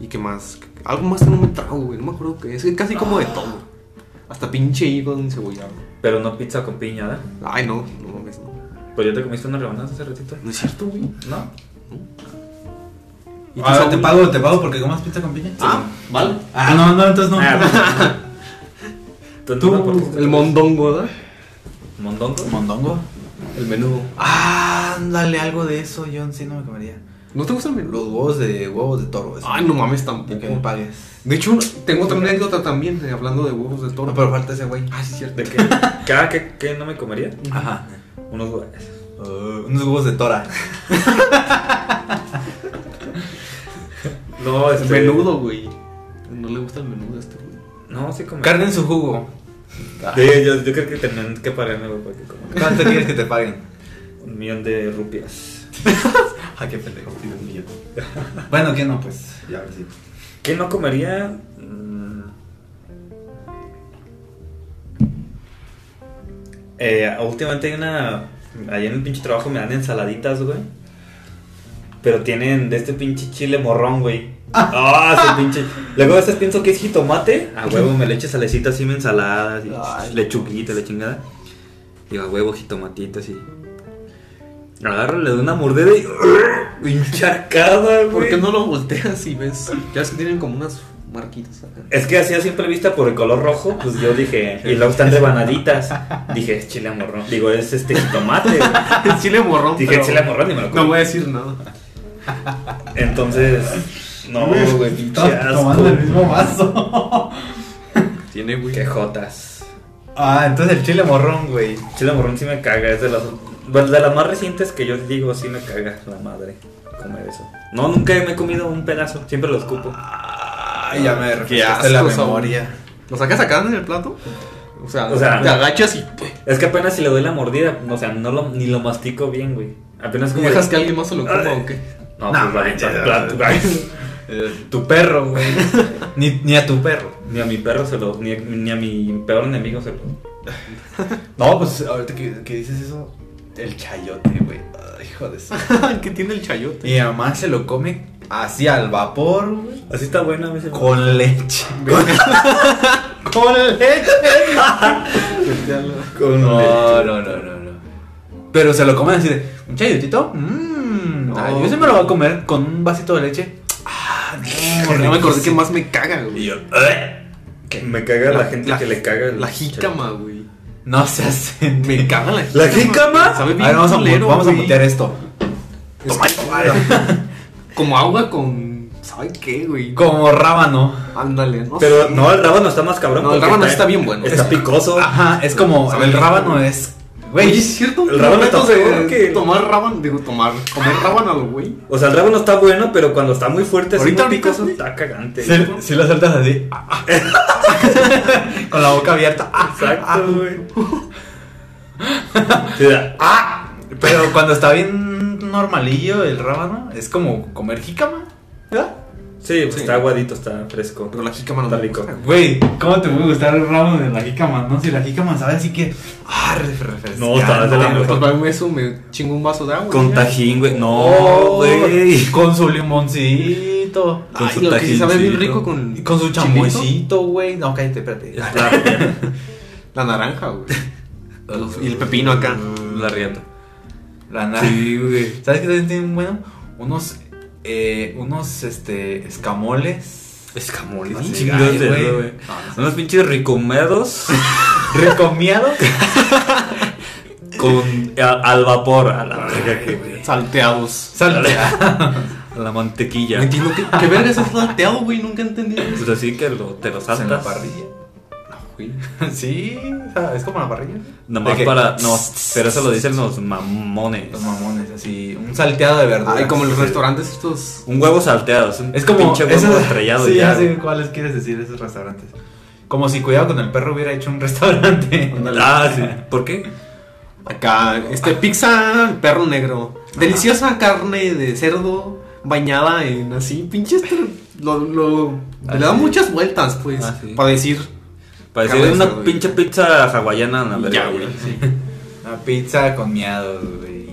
[SPEAKER 1] ¿Y qué más? Algo más que no me trago, güey. No me acuerdo qué. Es que casi como de todo. Hasta pinche higo encebollado.
[SPEAKER 2] Pero no pizza con piña, ¿verdad?
[SPEAKER 1] Ay, no. No mames, no.
[SPEAKER 2] Pues ya te comiste unas rebanadas hace ratito.
[SPEAKER 1] No es cierto, güey.
[SPEAKER 2] ¿No?
[SPEAKER 1] ¿Y tú,
[SPEAKER 3] Ah, te
[SPEAKER 1] Saúl?
[SPEAKER 3] pago, te pago porque comas pizza con piña.
[SPEAKER 1] Ah, vale.
[SPEAKER 3] Ah, no, no, entonces no.
[SPEAKER 2] Ah, tú,
[SPEAKER 1] Tú,
[SPEAKER 2] no, porque-
[SPEAKER 1] el mondongo, ¿verdad?
[SPEAKER 2] pues, mondongo.
[SPEAKER 3] ¿Mondongo?
[SPEAKER 1] El menudo.
[SPEAKER 3] Ah, dale algo de eso, yo en sí no me comería.
[SPEAKER 1] ¿No te gusta el menudo?
[SPEAKER 3] Los huevos de huevos de toro, eso.
[SPEAKER 1] Ay, Ah, no mames,
[SPEAKER 3] Ni
[SPEAKER 1] tampoco.
[SPEAKER 3] que me pagues.
[SPEAKER 1] De hecho, tengo otra anécdota también, eh, hablando de huevos de toro.
[SPEAKER 3] No, pero falta ese güey.
[SPEAKER 1] Ah, sí, cierto.
[SPEAKER 2] ¿De qué? ¿Cada que, que no me comería?
[SPEAKER 3] Ajá.
[SPEAKER 2] Unos huevos.
[SPEAKER 3] Uh, unos huevos de tora.
[SPEAKER 2] No,
[SPEAKER 1] El
[SPEAKER 2] este.
[SPEAKER 1] este, menudo, Pues, güey. No le gusta el menudo a este, güey.
[SPEAKER 2] No, sí comí.
[SPEAKER 3] Carne en su jugo.
[SPEAKER 2] Sí, yo, yo creo que tenían que pararme, güey, porque como que
[SPEAKER 3] ¿Cuánto quieres que te paguen?
[SPEAKER 2] un millón de rupias.
[SPEAKER 3] Ay, qué pendejo, pido un millón. Bueno, ¿qué no? Pues ya ahora sí.
[SPEAKER 2] ¿Qué no comería? Mm. Eh, últimamente hay una. Allá en el pinche trabajo me dan ensaladitas, güey. Pero tienen de este pinche chile morrón, güey. Ah, ese pinche. Luego a veces pienso que es jitomate. A huevo me le eche salecita así, mi ensalada, así,
[SPEAKER 1] Ay.
[SPEAKER 2] lechuguita, la chingada. Digo, a huevo, jitomatito, así. Agarro, le doy una mordida y. Hincharcada, güey.
[SPEAKER 1] ¿Por qué no lo volteas y ves? Ya es que tienen como unas marquitas acá.
[SPEAKER 2] Es que hacía siempre vista por el color rojo, pues yo dije, y luego están rebanaditas. Dije, es chile morrón. Digo, es este jitomate. güey.
[SPEAKER 1] Es chile morrón.
[SPEAKER 2] Dije,
[SPEAKER 1] pero
[SPEAKER 2] chile morrón y me lo
[SPEAKER 1] No
[SPEAKER 2] comí.
[SPEAKER 1] voy a decir nada.
[SPEAKER 2] Entonces, no, güey, pinche
[SPEAKER 3] Estás tomando el
[SPEAKER 2] asco.
[SPEAKER 3] mismo vaso.
[SPEAKER 1] Tiene, güey.
[SPEAKER 2] Qué jotas.
[SPEAKER 3] ah, entonces el chile morrón, güey.
[SPEAKER 2] Chile morrón sí me caga, es de las, bueno, de las más recientes que yo digo, sí me caga la madre comer eso. No, nunca me he comido un pedazo, siempre lo escupo.
[SPEAKER 3] Ay, ya me
[SPEAKER 1] Ah, Qué
[SPEAKER 3] refrescaste
[SPEAKER 1] asco,
[SPEAKER 3] la
[SPEAKER 1] sabor.
[SPEAKER 3] memoria.
[SPEAKER 1] ¿Lo sacas acá en el plato? O sea,
[SPEAKER 2] O sea,
[SPEAKER 1] te agachas y
[SPEAKER 2] Es que apenas si le doy la mordida, o sea, no lo, ni lo mastico bien, güey. Apenas como... de-
[SPEAKER 1] dejas que alguien más se lo coma
[SPEAKER 2] Ay.
[SPEAKER 1] o qué.
[SPEAKER 2] No,
[SPEAKER 3] No,
[SPEAKER 2] pues, vale,
[SPEAKER 3] manches,
[SPEAKER 2] pa- plato, güey.
[SPEAKER 3] Eh, Tu perro, güey. ni, ni a tu perro.
[SPEAKER 2] Ni a mi perro se lo. Ni a, ni a mi peor enemigo se lo.
[SPEAKER 3] No, pues ahorita que, que dices eso, el chayote, güey. Ay, hijo de su-
[SPEAKER 1] ¿Qué tiene el chayote?
[SPEAKER 3] Mi mamá se lo come así al vapor, güey.
[SPEAKER 2] Así está buena a veces.
[SPEAKER 3] Con leche. con leche.
[SPEAKER 2] Con
[SPEAKER 3] No,
[SPEAKER 2] leche.
[SPEAKER 3] no, no, no, no. Pero se lo comen así de, un chayotito. Mmm.
[SPEAKER 1] No.
[SPEAKER 3] Ay, yo se me lo voy a comer con un vasito de leche. Ah, no,
[SPEAKER 1] No me acordé que más me caga,
[SPEAKER 3] Y
[SPEAKER 1] güey.
[SPEAKER 3] yo, "Ugh".
[SPEAKER 2] Me caga la, gente que le caga el
[SPEAKER 1] La jícama, güey.
[SPEAKER 3] No se hacen.
[SPEAKER 1] Me caga la jícama.
[SPEAKER 2] ¿La jícama?
[SPEAKER 1] Sabe
[SPEAKER 3] A
[SPEAKER 1] bien
[SPEAKER 3] ver, vamos a,
[SPEAKER 1] culero,
[SPEAKER 3] vamos a
[SPEAKER 1] güey.
[SPEAKER 3] mutear esto.
[SPEAKER 1] Es Como agua con. ¿Sabe qué, güey?
[SPEAKER 3] Como rábano.
[SPEAKER 1] Ándale, no
[SPEAKER 2] Pero
[SPEAKER 1] sé.
[SPEAKER 2] no, el rábano está más cabrón.
[SPEAKER 1] No, el
[SPEAKER 2] porque
[SPEAKER 1] rábano está bien bueno.
[SPEAKER 2] Está picoso.
[SPEAKER 3] Ajá, es como.
[SPEAKER 1] Sabe
[SPEAKER 3] El
[SPEAKER 1] bien,
[SPEAKER 3] rábano
[SPEAKER 1] güey.
[SPEAKER 3] es.
[SPEAKER 1] Güey, es
[SPEAKER 3] Güey.
[SPEAKER 1] cierto.
[SPEAKER 2] el rábano
[SPEAKER 1] Momentos
[SPEAKER 2] está
[SPEAKER 1] de
[SPEAKER 2] peor que-
[SPEAKER 1] Tomar rábano, digo, tomar. Comer rábano, güey.
[SPEAKER 2] O sea, el rábano está bueno, pero cuando está muy fuerte, así
[SPEAKER 1] Ahorita,
[SPEAKER 2] muy
[SPEAKER 1] ahorita,
[SPEAKER 2] picoso,
[SPEAKER 1] güey.
[SPEAKER 2] está cagante.
[SPEAKER 3] Si, si lo saltas así.
[SPEAKER 1] Ah,
[SPEAKER 3] Con la boca abierta. Ah,
[SPEAKER 1] Ah,
[SPEAKER 2] Exacto, güey. Sí, da-
[SPEAKER 3] Ah, pero cuando está bien normalillo el rábano, es como comer jícama. ¿verdad?
[SPEAKER 2] sí, pues
[SPEAKER 1] Sí.
[SPEAKER 2] está aguadito, está fresco.
[SPEAKER 1] Pero la jícama no
[SPEAKER 2] Está
[SPEAKER 1] me
[SPEAKER 2] rico.
[SPEAKER 1] gusta.
[SPEAKER 3] Güey, ¿cómo te puede gustar el rábano de la jícama, no? Si la jícama sabe así que. Ah, re- refrescante,
[SPEAKER 2] No, está de la
[SPEAKER 1] Pues
[SPEAKER 2] mejor.
[SPEAKER 1] para mí eso me chingo un vaso de agua.
[SPEAKER 2] Con
[SPEAKER 1] ya.
[SPEAKER 2] tajín, güey. No,
[SPEAKER 3] Oh,
[SPEAKER 2] güey.
[SPEAKER 3] güey. Con su limoncito.
[SPEAKER 2] con
[SPEAKER 1] Ay,
[SPEAKER 2] su
[SPEAKER 1] lo que sí sabe bien
[SPEAKER 2] tajincito.
[SPEAKER 1] rico con.
[SPEAKER 3] Y con su
[SPEAKER 1] chilito.
[SPEAKER 3] chamoycito, güey. No, cállate, espérate.
[SPEAKER 2] Es la rienda.
[SPEAKER 1] La naranja, güey. Los- y el pepino acá.
[SPEAKER 2] La rienda.
[SPEAKER 3] La nada.
[SPEAKER 2] Sí, güey.
[SPEAKER 3] ¿Sabes qué también tienen bueno? Unos. Eh, unos este. escamoles.
[SPEAKER 2] Escamoles,
[SPEAKER 3] Así,
[SPEAKER 2] chingos
[SPEAKER 3] ay,
[SPEAKER 2] de
[SPEAKER 3] güey.
[SPEAKER 2] dedo, güey.
[SPEAKER 3] No, no sé.
[SPEAKER 2] Unos pinches ricomedos
[SPEAKER 3] Recomiados.
[SPEAKER 2] con a- al vapor, a la verga que-
[SPEAKER 1] Salteados.
[SPEAKER 3] Saltea.
[SPEAKER 2] a la
[SPEAKER 1] No
[SPEAKER 2] mantequilla.
[SPEAKER 1] entiendo qué, qué verga es salteado, güey. Nunca he entendido eso.
[SPEAKER 2] Pues así que lo, te lo
[SPEAKER 3] En la
[SPEAKER 2] saltas.
[SPEAKER 3] parrilla.
[SPEAKER 1] Güey.
[SPEAKER 3] Sí, o sea, es como la parrilla.
[SPEAKER 2] Nada más
[SPEAKER 3] De que-
[SPEAKER 2] para. No, pero eso lo dicen los mamones.
[SPEAKER 3] Los mamones, así. Un salteado de verduras.
[SPEAKER 1] Ay, como en los
[SPEAKER 3] Sí.
[SPEAKER 1] restaurantes estos.
[SPEAKER 2] Un huevo salteado. Es, un
[SPEAKER 3] Es como.
[SPEAKER 2] pinche huevo
[SPEAKER 3] esos-
[SPEAKER 2] estrellado
[SPEAKER 3] Sí,
[SPEAKER 2] y ya.
[SPEAKER 3] ya sé cuáles quieres decir esos restaurantes. Como si cuidado con el perro hubiera hecho un restaurante.
[SPEAKER 2] Ah, sí. ¿Por qué?
[SPEAKER 1] Acá, este, pizza perro negro. Deliciosa carne de cerdo bañada en así, pinches. Lo, lo- le da
[SPEAKER 3] Así.
[SPEAKER 1] muchas vueltas, pues,
[SPEAKER 2] Ah, sí.
[SPEAKER 1] para decir.
[SPEAKER 2] Parecía
[SPEAKER 1] Cabrón,
[SPEAKER 2] una
[SPEAKER 1] cerdo,
[SPEAKER 2] pinche
[SPEAKER 1] ya.
[SPEAKER 2] pizza hawaiana. la
[SPEAKER 1] y
[SPEAKER 2] verga,
[SPEAKER 1] ya, güey. sí.
[SPEAKER 3] Una pizza con miados, güey.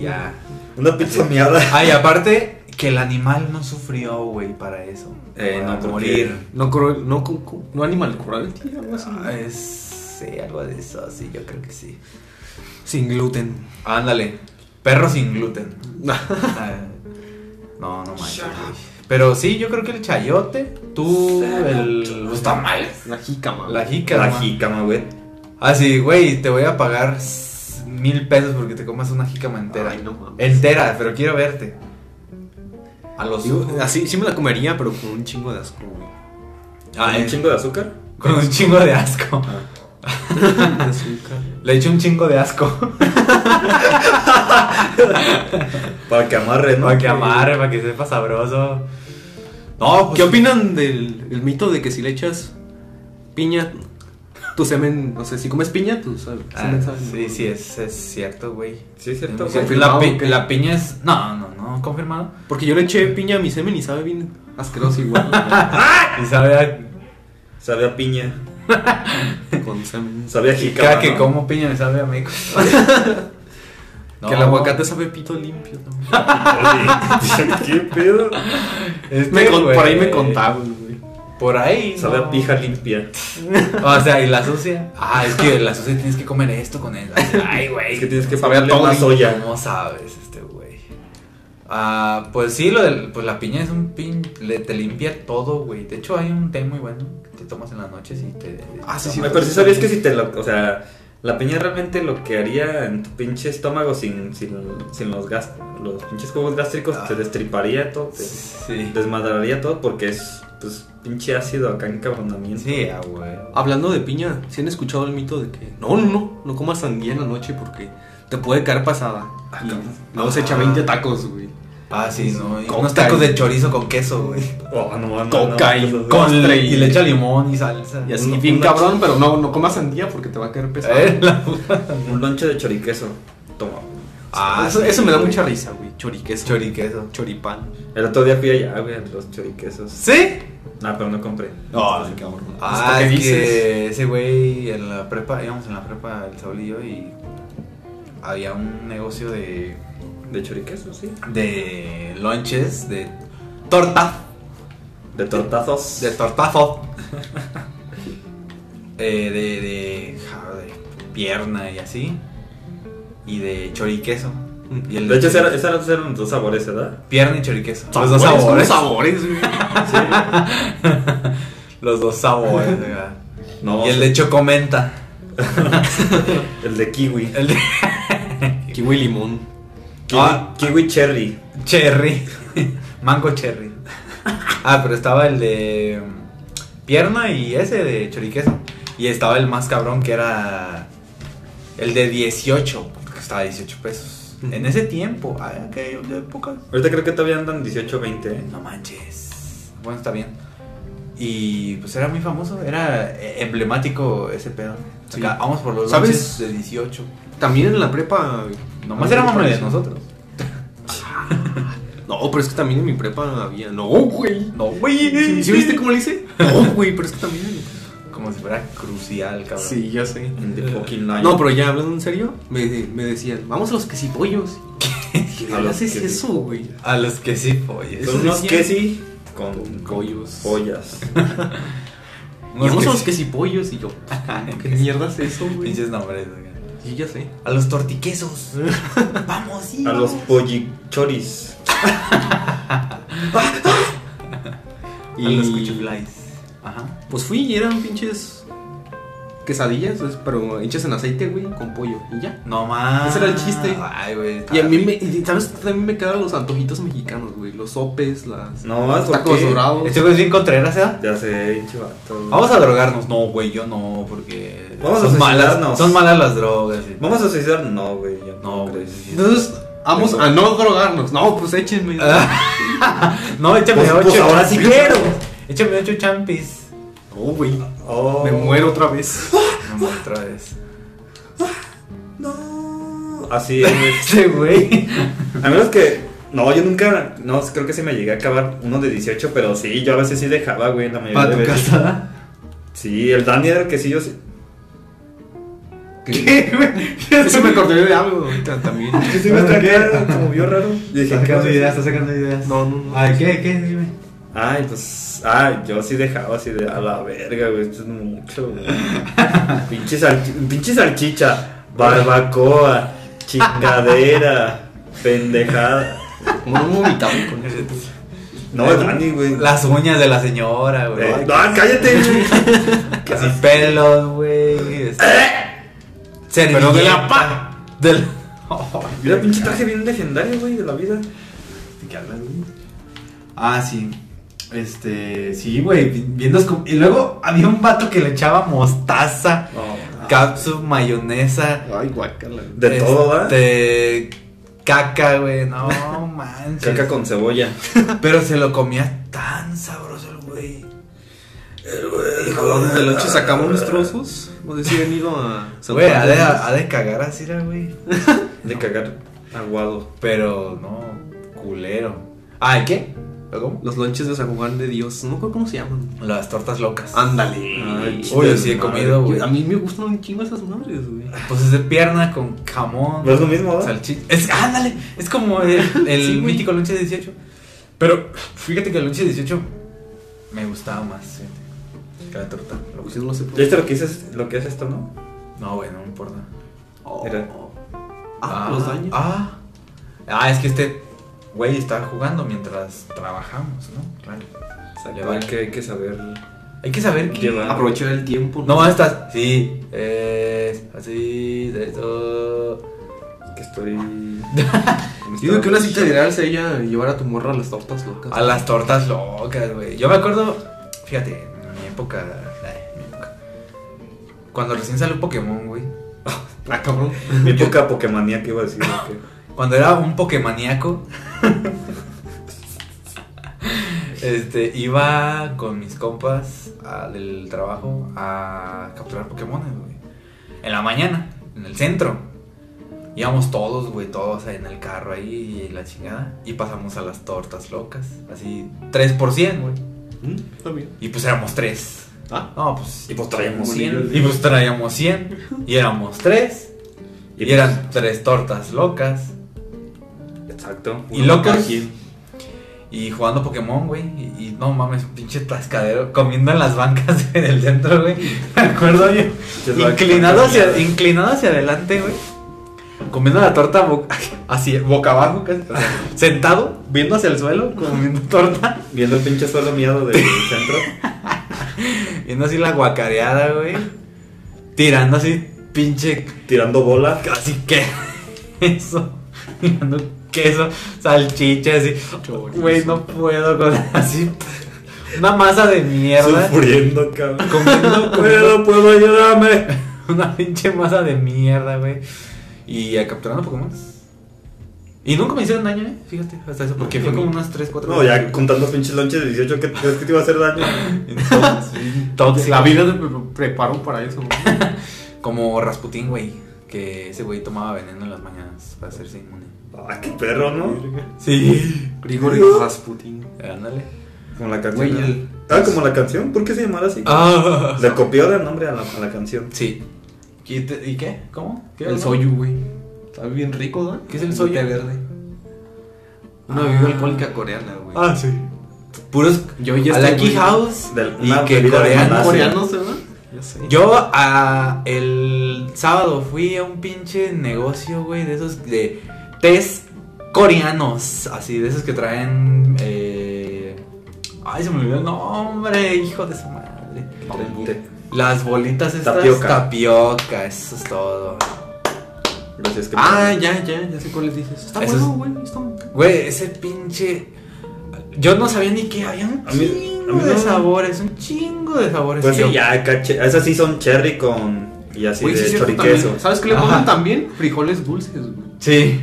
[SPEAKER 3] Ya.
[SPEAKER 2] Una pizza miada.
[SPEAKER 3] Ay, aparte, que el animal no sufrió, güey, para eso.
[SPEAKER 2] Eh,
[SPEAKER 3] Para
[SPEAKER 2] no, porque-
[SPEAKER 3] Ah, morir.
[SPEAKER 1] No, cruel- no, cu- cu- no animal cruelty, algo así.
[SPEAKER 3] Ah, es. Sí, algo de eso, sí, yo creo que sí.
[SPEAKER 1] Sin gluten.
[SPEAKER 3] Ándale. Perro sin gluten. Ah, No, no manches, güey. Pero sí, yo creo que el chayote, tú, el, los tamales,
[SPEAKER 1] La jícama.
[SPEAKER 3] la
[SPEAKER 1] güey.
[SPEAKER 3] jícama.
[SPEAKER 2] La jícama, güey.
[SPEAKER 3] Ah, sí, güey, te voy a pagar s- mil pesos porque te comas una jícama entera.
[SPEAKER 1] Ay, no mames.
[SPEAKER 3] entera, pero quiero verte. A los
[SPEAKER 1] Digo,
[SPEAKER 3] ojos.
[SPEAKER 1] así sí me la comería, pero con un chingo de asco, güey.
[SPEAKER 3] Ah,
[SPEAKER 2] ¿Con
[SPEAKER 3] eh,
[SPEAKER 2] un chingo de azúcar?
[SPEAKER 3] con un chingo de asco.
[SPEAKER 1] De azúcar.
[SPEAKER 3] Le eché un chingo de asco.
[SPEAKER 2] Para que amarre, ¿no?
[SPEAKER 3] para que amarre, para que sepa sabroso. No, pues,
[SPEAKER 1] Ah, ¿Qué opinan del el mito de que si le echas piña, tu semen, no sé, si comes piña, tu sal-
[SPEAKER 3] Ah,
[SPEAKER 1] semen sabe.
[SPEAKER 3] sí, sí, es, es cierto, güey.
[SPEAKER 2] Sí, es cierto,
[SPEAKER 3] La
[SPEAKER 1] Sí,
[SPEAKER 2] güey.
[SPEAKER 1] fui-
[SPEAKER 3] pi- La,
[SPEAKER 1] ¿Confirmado o qué?
[SPEAKER 3] piña es. No, no, no, confirmado.
[SPEAKER 1] Porque yo le eché piña a mi semen y sabe bien asqueroso igual.
[SPEAKER 3] Y sabe a-
[SPEAKER 2] Sabe a piña.
[SPEAKER 1] con semen.
[SPEAKER 2] Sabe a
[SPEAKER 3] Y
[SPEAKER 2] jícama.
[SPEAKER 3] cada que
[SPEAKER 2] ¿no?
[SPEAKER 3] como piña me sabe a mí. No.
[SPEAKER 1] Que el aguacate sabe pito limpio también.
[SPEAKER 2] Oye, ¿Qué pedo?
[SPEAKER 3] Este,
[SPEAKER 1] Me con- por ahí me
[SPEAKER 3] güey,
[SPEAKER 1] contaban, güey.
[SPEAKER 3] Por ahí.
[SPEAKER 2] Sabe
[SPEAKER 3] no.
[SPEAKER 2] a pija limpia.
[SPEAKER 3] O sea, y la sucia. Ah, es que la sucia tienes que comer esto con él. Ay, güey.
[SPEAKER 2] Es que tienes que
[SPEAKER 3] Sabe a
[SPEAKER 2] ponerle una
[SPEAKER 3] todo.
[SPEAKER 2] soya.
[SPEAKER 3] No sabes, este güey. Ah, pues sí, lo del, pues la piña es un pin. le- te limpia todo, güey. De hecho, hay un té muy bueno que te tomas en las noches y te.
[SPEAKER 1] Ah, sí,
[SPEAKER 3] tomas-
[SPEAKER 1] sí,
[SPEAKER 2] Pero si sabías que si te la. O sea, la piña realmente lo que haría en tu pinche estómago sin, sin, sin los gas, los pinches jugos gástricos
[SPEAKER 3] Ah.
[SPEAKER 2] te destriparía todo, te
[SPEAKER 3] Sí.
[SPEAKER 2] desmadraría todo porque es pues pinche ácido acá en cabronamiento.
[SPEAKER 3] Sí, ah, güey.
[SPEAKER 1] Hablando de piña, ¿sí han escuchado el mito de que no, no, no, no comas sandía en la noche porque te puede caer pasada?
[SPEAKER 3] Ah,
[SPEAKER 1] Y
[SPEAKER 3] cabrón.
[SPEAKER 1] luego se echa
[SPEAKER 3] Ah.
[SPEAKER 1] 20 tacos, güey.
[SPEAKER 3] Ah, sí, no. y
[SPEAKER 1] Coca
[SPEAKER 3] unos tacos
[SPEAKER 1] y-
[SPEAKER 3] de chorizo con queso, güey.
[SPEAKER 2] Oh, no, no, no,
[SPEAKER 1] Coca y
[SPEAKER 2] cosas de-
[SPEAKER 1] con-
[SPEAKER 3] le-
[SPEAKER 1] y-
[SPEAKER 3] y le echa limón y salsa.
[SPEAKER 1] Y así,
[SPEAKER 2] Una-
[SPEAKER 1] bien
[SPEAKER 2] una-
[SPEAKER 1] cabrón, pero no, no comas sandía porque te va a caer pesado.
[SPEAKER 3] Eh, la-
[SPEAKER 2] Un lonche de choriqueso. Toma.
[SPEAKER 3] Ah,
[SPEAKER 1] eso,
[SPEAKER 3] sí,
[SPEAKER 1] eso me da
[SPEAKER 3] güey.
[SPEAKER 1] mucha risa, güey. Choriqueso.
[SPEAKER 3] Choriqueso.
[SPEAKER 1] Choripán.
[SPEAKER 2] El otro día fui allá, güey, a los choriquesos.
[SPEAKER 3] ¿Sí?
[SPEAKER 2] No, pero no compré.
[SPEAKER 1] No, qué cabrón.
[SPEAKER 3] Ah,
[SPEAKER 1] Pues, ¿Qué
[SPEAKER 3] es
[SPEAKER 1] dices?
[SPEAKER 3] que ese güey en la prepa, íbamos en la prepa el Saúl y yo y había un negocio de,
[SPEAKER 2] De choriqueso, sí.
[SPEAKER 3] de lonches, de torta,
[SPEAKER 2] De tortazos.
[SPEAKER 3] de tortazo, Eh, de, de, ja, de pierna y así, y de choriqueso. Y el
[SPEAKER 2] de hecho, esos eran- esos eran dos sabores, ¿verdad?
[SPEAKER 3] pierna y choriqueso.
[SPEAKER 1] Los dos sabores. sabores, güey.
[SPEAKER 3] Los dos sabores, ¿verdad?
[SPEAKER 2] No.
[SPEAKER 3] Y el de chocomenta.
[SPEAKER 2] el de kiwi.
[SPEAKER 3] El de
[SPEAKER 1] Kiwi limón.
[SPEAKER 2] Kiwi,
[SPEAKER 3] Ah.
[SPEAKER 2] kiwi cherry.
[SPEAKER 3] Cherry. Mango cherry. Ah, pero estaba el de mm, pierna y ese de choriqueso. Y estaba el más cabrón que era el de 18, porque estaba a 18 pesos.
[SPEAKER 1] Mm.
[SPEAKER 3] En ese tiempo, ah, ay, aquella época.
[SPEAKER 2] Ahorita creo que todavía andan 18 20, ¿eh?
[SPEAKER 3] No manches. Bueno, está bien. Y pues era muy famoso, era eh, emblemático ese pedo.
[SPEAKER 1] Sí.
[SPEAKER 3] Acá, vamos por los
[SPEAKER 1] ¿Sabes?
[SPEAKER 3] ¿Sabes? de 18.
[SPEAKER 1] También en la prepa. a
[SPEAKER 3] Nomás
[SPEAKER 1] mí me
[SPEAKER 3] éramos de
[SPEAKER 1] pareció-
[SPEAKER 3] nosotros.
[SPEAKER 1] No, pero es que también en mi prepa había. No, güey.
[SPEAKER 3] No, güey.
[SPEAKER 1] ¿Sí, sí viste cómo le hice? No, güey, pero es que también. en mi prepa-
[SPEAKER 3] Como si fuera crucial, cabrón.
[SPEAKER 1] ya sé.
[SPEAKER 2] In the fucking line.
[SPEAKER 1] No, pero ya hablando en serio, me, me decían, vamos a los quesipollos. ¿Qué
[SPEAKER 2] A los
[SPEAKER 1] haces
[SPEAKER 2] quesipollos.
[SPEAKER 1] eso, güey?
[SPEAKER 3] A los que sí folles.
[SPEAKER 1] Eso
[SPEAKER 2] Son unos
[SPEAKER 1] decían.
[SPEAKER 2] quesi con
[SPEAKER 1] Con pollos.
[SPEAKER 2] Pollas.
[SPEAKER 1] Y vamos a los quesipollos. Y yo, "Ah, ¿qué mierda es eso, güey?
[SPEAKER 3] Pinches nombres, güey.
[SPEAKER 1] Sí, ya sé.
[SPEAKER 3] A los tortiquesos. vamos, sí.
[SPEAKER 2] A los
[SPEAKER 3] vamos.
[SPEAKER 2] pollichoris.
[SPEAKER 1] Y
[SPEAKER 3] A los cuchiflais. Ajá.
[SPEAKER 1] Pues fui y eran pinches quesadillas, pues, pero hechas en aceite, güey, con pollo. Y ya.
[SPEAKER 3] No más.
[SPEAKER 1] Ese era el chiste.
[SPEAKER 3] Ay, güey.
[SPEAKER 1] Y a mí me, y, ¿sabes? También me quedan los antojitos mexicanos, güey. Los sopes, las
[SPEAKER 2] No, más
[SPEAKER 1] tacos dorados.
[SPEAKER 3] Este güey es bien contreras, ¿eh?
[SPEAKER 2] Ya sé, pinche vato.
[SPEAKER 3] Vamos a drogarnos. No, güey, yo no, porque.
[SPEAKER 2] Vamos a
[SPEAKER 3] son malas,
[SPEAKER 2] suicidarnos.
[SPEAKER 3] Son malas las drogas. sí.
[SPEAKER 2] ¿Vamos a suicidar? No, güey. yo
[SPEAKER 3] No,
[SPEAKER 2] creo.
[SPEAKER 3] güey.
[SPEAKER 1] Entonces, vamos a no drogarnos. No, pues échenme.
[SPEAKER 3] no, échame
[SPEAKER 2] Pues-
[SPEAKER 3] ocho.
[SPEAKER 2] pues ahora sí quiero.
[SPEAKER 3] Échame ocho champis.
[SPEAKER 1] No, güey.
[SPEAKER 2] Oh.
[SPEAKER 1] Me muero otra vez.
[SPEAKER 3] No, otra vez.
[SPEAKER 2] No. Así es.
[SPEAKER 3] Este güey.
[SPEAKER 2] A menos que. No, yo nunca. No, creo que sí me llegué a acabar uno de 18, pero sí, yo a veces sí dejaba, güey, la mayoría
[SPEAKER 3] ¿Para
[SPEAKER 2] de
[SPEAKER 3] tu
[SPEAKER 2] veces.
[SPEAKER 3] casa?
[SPEAKER 2] Sí, el Dani era el que sí, yo sí.
[SPEAKER 1] ¿Qué, güey? Eso me acordé de algo ahorita también.
[SPEAKER 2] Yo sí me traqué, como vio raro. Y dije,
[SPEAKER 3] Estás
[SPEAKER 2] ¿qué
[SPEAKER 3] sacando
[SPEAKER 2] haces?
[SPEAKER 3] ideas, estás sacando ideas.
[SPEAKER 1] No, no, no.
[SPEAKER 3] Ay, ¿qué? ¿Qué? Dime.
[SPEAKER 2] Ay, pues. Ay, yo sí dejaba así de. A la verga, güey, esto es mucho, güey. pinche, salchi- pinche salchicha, barbacoa, chingadera, pendejada.
[SPEAKER 1] Como no vomitaba con eso.
[SPEAKER 2] No, el Dani, güey.
[SPEAKER 3] Las uñas de la señora, güey.
[SPEAKER 2] Eh, no, cállate, güey. ¿Qué
[SPEAKER 3] Así
[SPEAKER 2] haces?
[SPEAKER 3] pelos, güey. este. Servilleta.
[SPEAKER 1] de la pa-
[SPEAKER 3] De la- Oh,
[SPEAKER 2] Mira, pinche traje bien legendario, güey, de la vida.
[SPEAKER 3] ¿Qué hablas, güey? Ah, sí. Este, sí, güey. vi- Viendo. como- Y luego había un vato que le echaba mostaza, capsu, mayonesa.
[SPEAKER 1] Ay, guacala. güey.
[SPEAKER 2] De todo, ¿verdad?
[SPEAKER 3] Este, caca, güey. No manches.
[SPEAKER 2] Caca con cebolla.
[SPEAKER 3] Pero se lo comía tan sabroso el güey. El güey dijo,
[SPEAKER 1] Hablamos del 8, sacamos unos trozos. No sé si han ido a San
[SPEAKER 3] Güey,
[SPEAKER 1] Juan
[SPEAKER 3] ha de,
[SPEAKER 1] de Dios.
[SPEAKER 3] ha de cagar así, la güey.
[SPEAKER 2] De cagar aguado.
[SPEAKER 3] Pero no, culero. Ah, ¿el qué? ¿Lo ¿Cómo?
[SPEAKER 1] Los lonches de San Juan de Dios. No me acuerdo cómo se llaman.
[SPEAKER 3] Las tortas locas.
[SPEAKER 1] Ándale.
[SPEAKER 2] Ay,
[SPEAKER 3] Uy, yo sí he
[SPEAKER 2] madre.
[SPEAKER 3] comido, güey.
[SPEAKER 1] Yo- A mí me gustan un chingo esas madres, güey.
[SPEAKER 3] Pues es de pierna con jamón.
[SPEAKER 2] ¿No es lo mismo, no?
[SPEAKER 3] Salchicha. Es, ándale, es como el, el
[SPEAKER 1] Sí, güey.
[SPEAKER 3] mítico lonche 18. Pero fíjate que el lonche 18 me gustaba más fíjate, que la torta.
[SPEAKER 1] Pues yo no sé por
[SPEAKER 2] ¿Ya viste lo que, dices, lo que es esto, no?
[SPEAKER 3] No, güey, no me importa.
[SPEAKER 1] Oh,
[SPEAKER 2] Mira.
[SPEAKER 1] oh. Ah, los daños.
[SPEAKER 3] Ah, ah, es que este güey estaba jugando mientras trabajamos, ¿no? Claro.
[SPEAKER 2] Sale, vale. que hay que saber.
[SPEAKER 3] Hay que saber que.
[SPEAKER 2] Llevar.
[SPEAKER 1] Aprovechar el tiempo.
[SPEAKER 3] No, estás. Sí, es así, de esto.
[SPEAKER 2] Que estoy.
[SPEAKER 1] Yo digo que una cita ideal sería llevar a tu morra a las tortas locas.
[SPEAKER 3] A las tortas locas, güey. Yo me acuerdo, fíjate, en mi época, ay, mi época. Cuando recién salió Pokémon, güey.
[SPEAKER 1] Ah, cabrón.
[SPEAKER 2] Mi época pokemanía que iba a decir. que-
[SPEAKER 3] Cuando era un Pokémaníaco. este, iba con mis compas a- del trabajo a capturar Pokémones, güey. En la mañana, en el centro. Íbamos todos, güey, todos en el carro ahí y la chingada. Y pasamos a las tortas locas. Así, 3 por 100, güey.
[SPEAKER 1] Mm, Está bien.
[SPEAKER 3] Y pues éramos tres.
[SPEAKER 1] Ah.
[SPEAKER 3] No, pues.
[SPEAKER 2] Y pues traíamos
[SPEAKER 3] 100.
[SPEAKER 2] 100.
[SPEAKER 3] Y pues traíamos 100. Y éramos tres. Y,
[SPEAKER 2] pues-
[SPEAKER 3] eran tres tortas locas.
[SPEAKER 2] Exacto.
[SPEAKER 3] Y locas.
[SPEAKER 1] quién.
[SPEAKER 3] Y jugando Pokémon, güey. Y, y no mames, pinche tascadero. Comiendo en las bancas en el centro, güey. Me acuerdo yo. Inclinado hacia, inclinado hacia adelante, güey. Comiendo la torta bo- así, boca abajo, casi, o sea, sentado, viendo hacia el suelo, comiendo torta.
[SPEAKER 2] Viendo el pinche suelo miado del centro.
[SPEAKER 3] Viendo así la guacareada, güey. Tirando así, pinche
[SPEAKER 2] Tirando bola.
[SPEAKER 3] Casi que eso. Mirando queso, salchicha, así.
[SPEAKER 1] Chorizo.
[SPEAKER 3] Güey, no puedo con así. Una masa de mierda.
[SPEAKER 2] Sufriendo, cabrón.
[SPEAKER 3] Comiendo,
[SPEAKER 2] Pero
[SPEAKER 3] comiendo
[SPEAKER 2] puedo ayudarme.
[SPEAKER 3] una pinche masa de mierda, güey. Y eh, capturando Pokémon. Y nunca me hicieron daño, eh. Fíjate, hasta eso. Porque fue como unas 3, 4
[SPEAKER 2] No, ya contando pinches lonches de 18, ¿qué crees que te iba a hacer daño?
[SPEAKER 1] La vida te pre- preparó para eso.
[SPEAKER 3] Como Rasputín, güey. Que ese güey tomaba veneno en las mañanas para hacerse inmune.
[SPEAKER 2] Ah, qué perro, ¿no?
[SPEAKER 3] Sí.
[SPEAKER 1] Grigori Rasputin.
[SPEAKER 3] Ándale.
[SPEAKER 2] Como la
[SPEAKER 1] Güey,
[SPEAKER 2] canción.
[SPEAKER 1] el-
[SPEAKER 2] Ah, como la canción. ¿Por qué se llamara así?
[SPEAKER 3] Ah.
[SPEAKER 2] Le copió el nombre a la, a la canción.
[SPEAKER 3] Sí. ¿Y, te- y qué? ¿Cómo? ¿Qué
[SPEAKER 1] El
[SPEAKER 3] no?
[SPEAKER 1] soyu, güey. Está bien rico, ¿no?
[SPEAKER 3] ¿Qué es el soyu?
[SPEAKER 1] Té verde. Una
[SPEAKER 3] Ah.
[SPEAKER 1] bebida alcohólica coreana, güey. Ah,
[SPEAKER 3] sí. Puros
[SPEAKER 1] Yo ya
[SPEAKER 3] a
[SPEAKER 1] estoy
[SPEAKER 3] la Key
[SPEAKER 1] muy-
[SPEAKER 3] House
[SPEAKER 2] Del-
[SPEAKER 3] y
[SPEAKER 2] una
[SPEAKER 3] que
[SPEAKER 2] bebida
[SPEAKER 3] coreano.
[SPEAKER 2] de
[SPEAKER 1] Ah, coreano se va. Ya sé.
[SPEAKER 3] Yo a, el sábado fui a un pinche negocio, güey, de esos de test coreanos, así, de esos que traen... Eh... Ay, se me olvidó el nombre, hijo de su madre.
[SPEAKER 2] Te-
[SPEAKER 3] Las bolitas estas
[SPEAKER 2] Tapioca.
[SPEAKER 3] tapioca, eso es todo.
[SPEAKER 2] Gracias, que
[SPEAKER 1] Ah, ya, ya, ya sé cuál les dices. Está
[SPEAKER 3] Eso
[SPEAKER 1] bueno, güey. Está
[SPEAKER 3] Güey, ese pinche. Yo no sabía ni qué, había un
[SPEAKER 2] A mí-
[SPEAKER 3] chingo
[SPEAKER 2] a mí
[SPEAKER 3] de
[SPEAKER 2] no.
[SPEAKER 3] sabores, un chingo de sabores.
[SPEAKER 2] Pues
[SPEAKER 3] Y yo,
[SPEAKER 2] sí, ya, caché. Esas sí son cherry con. Y así
[SPEAKER 1] Güey, sí,
[SPEAKER 2] de
[SPEAKER 1] es cierto
[SPEAKER 2] choriqueso.
[SPEAKER 1] también. ¿Sabes qué le ponen
[SPEAKER 3] Ajá.
[SPEAKER 1] también? Frijoles dulces, güey.
[SPEAKER 3] Sí.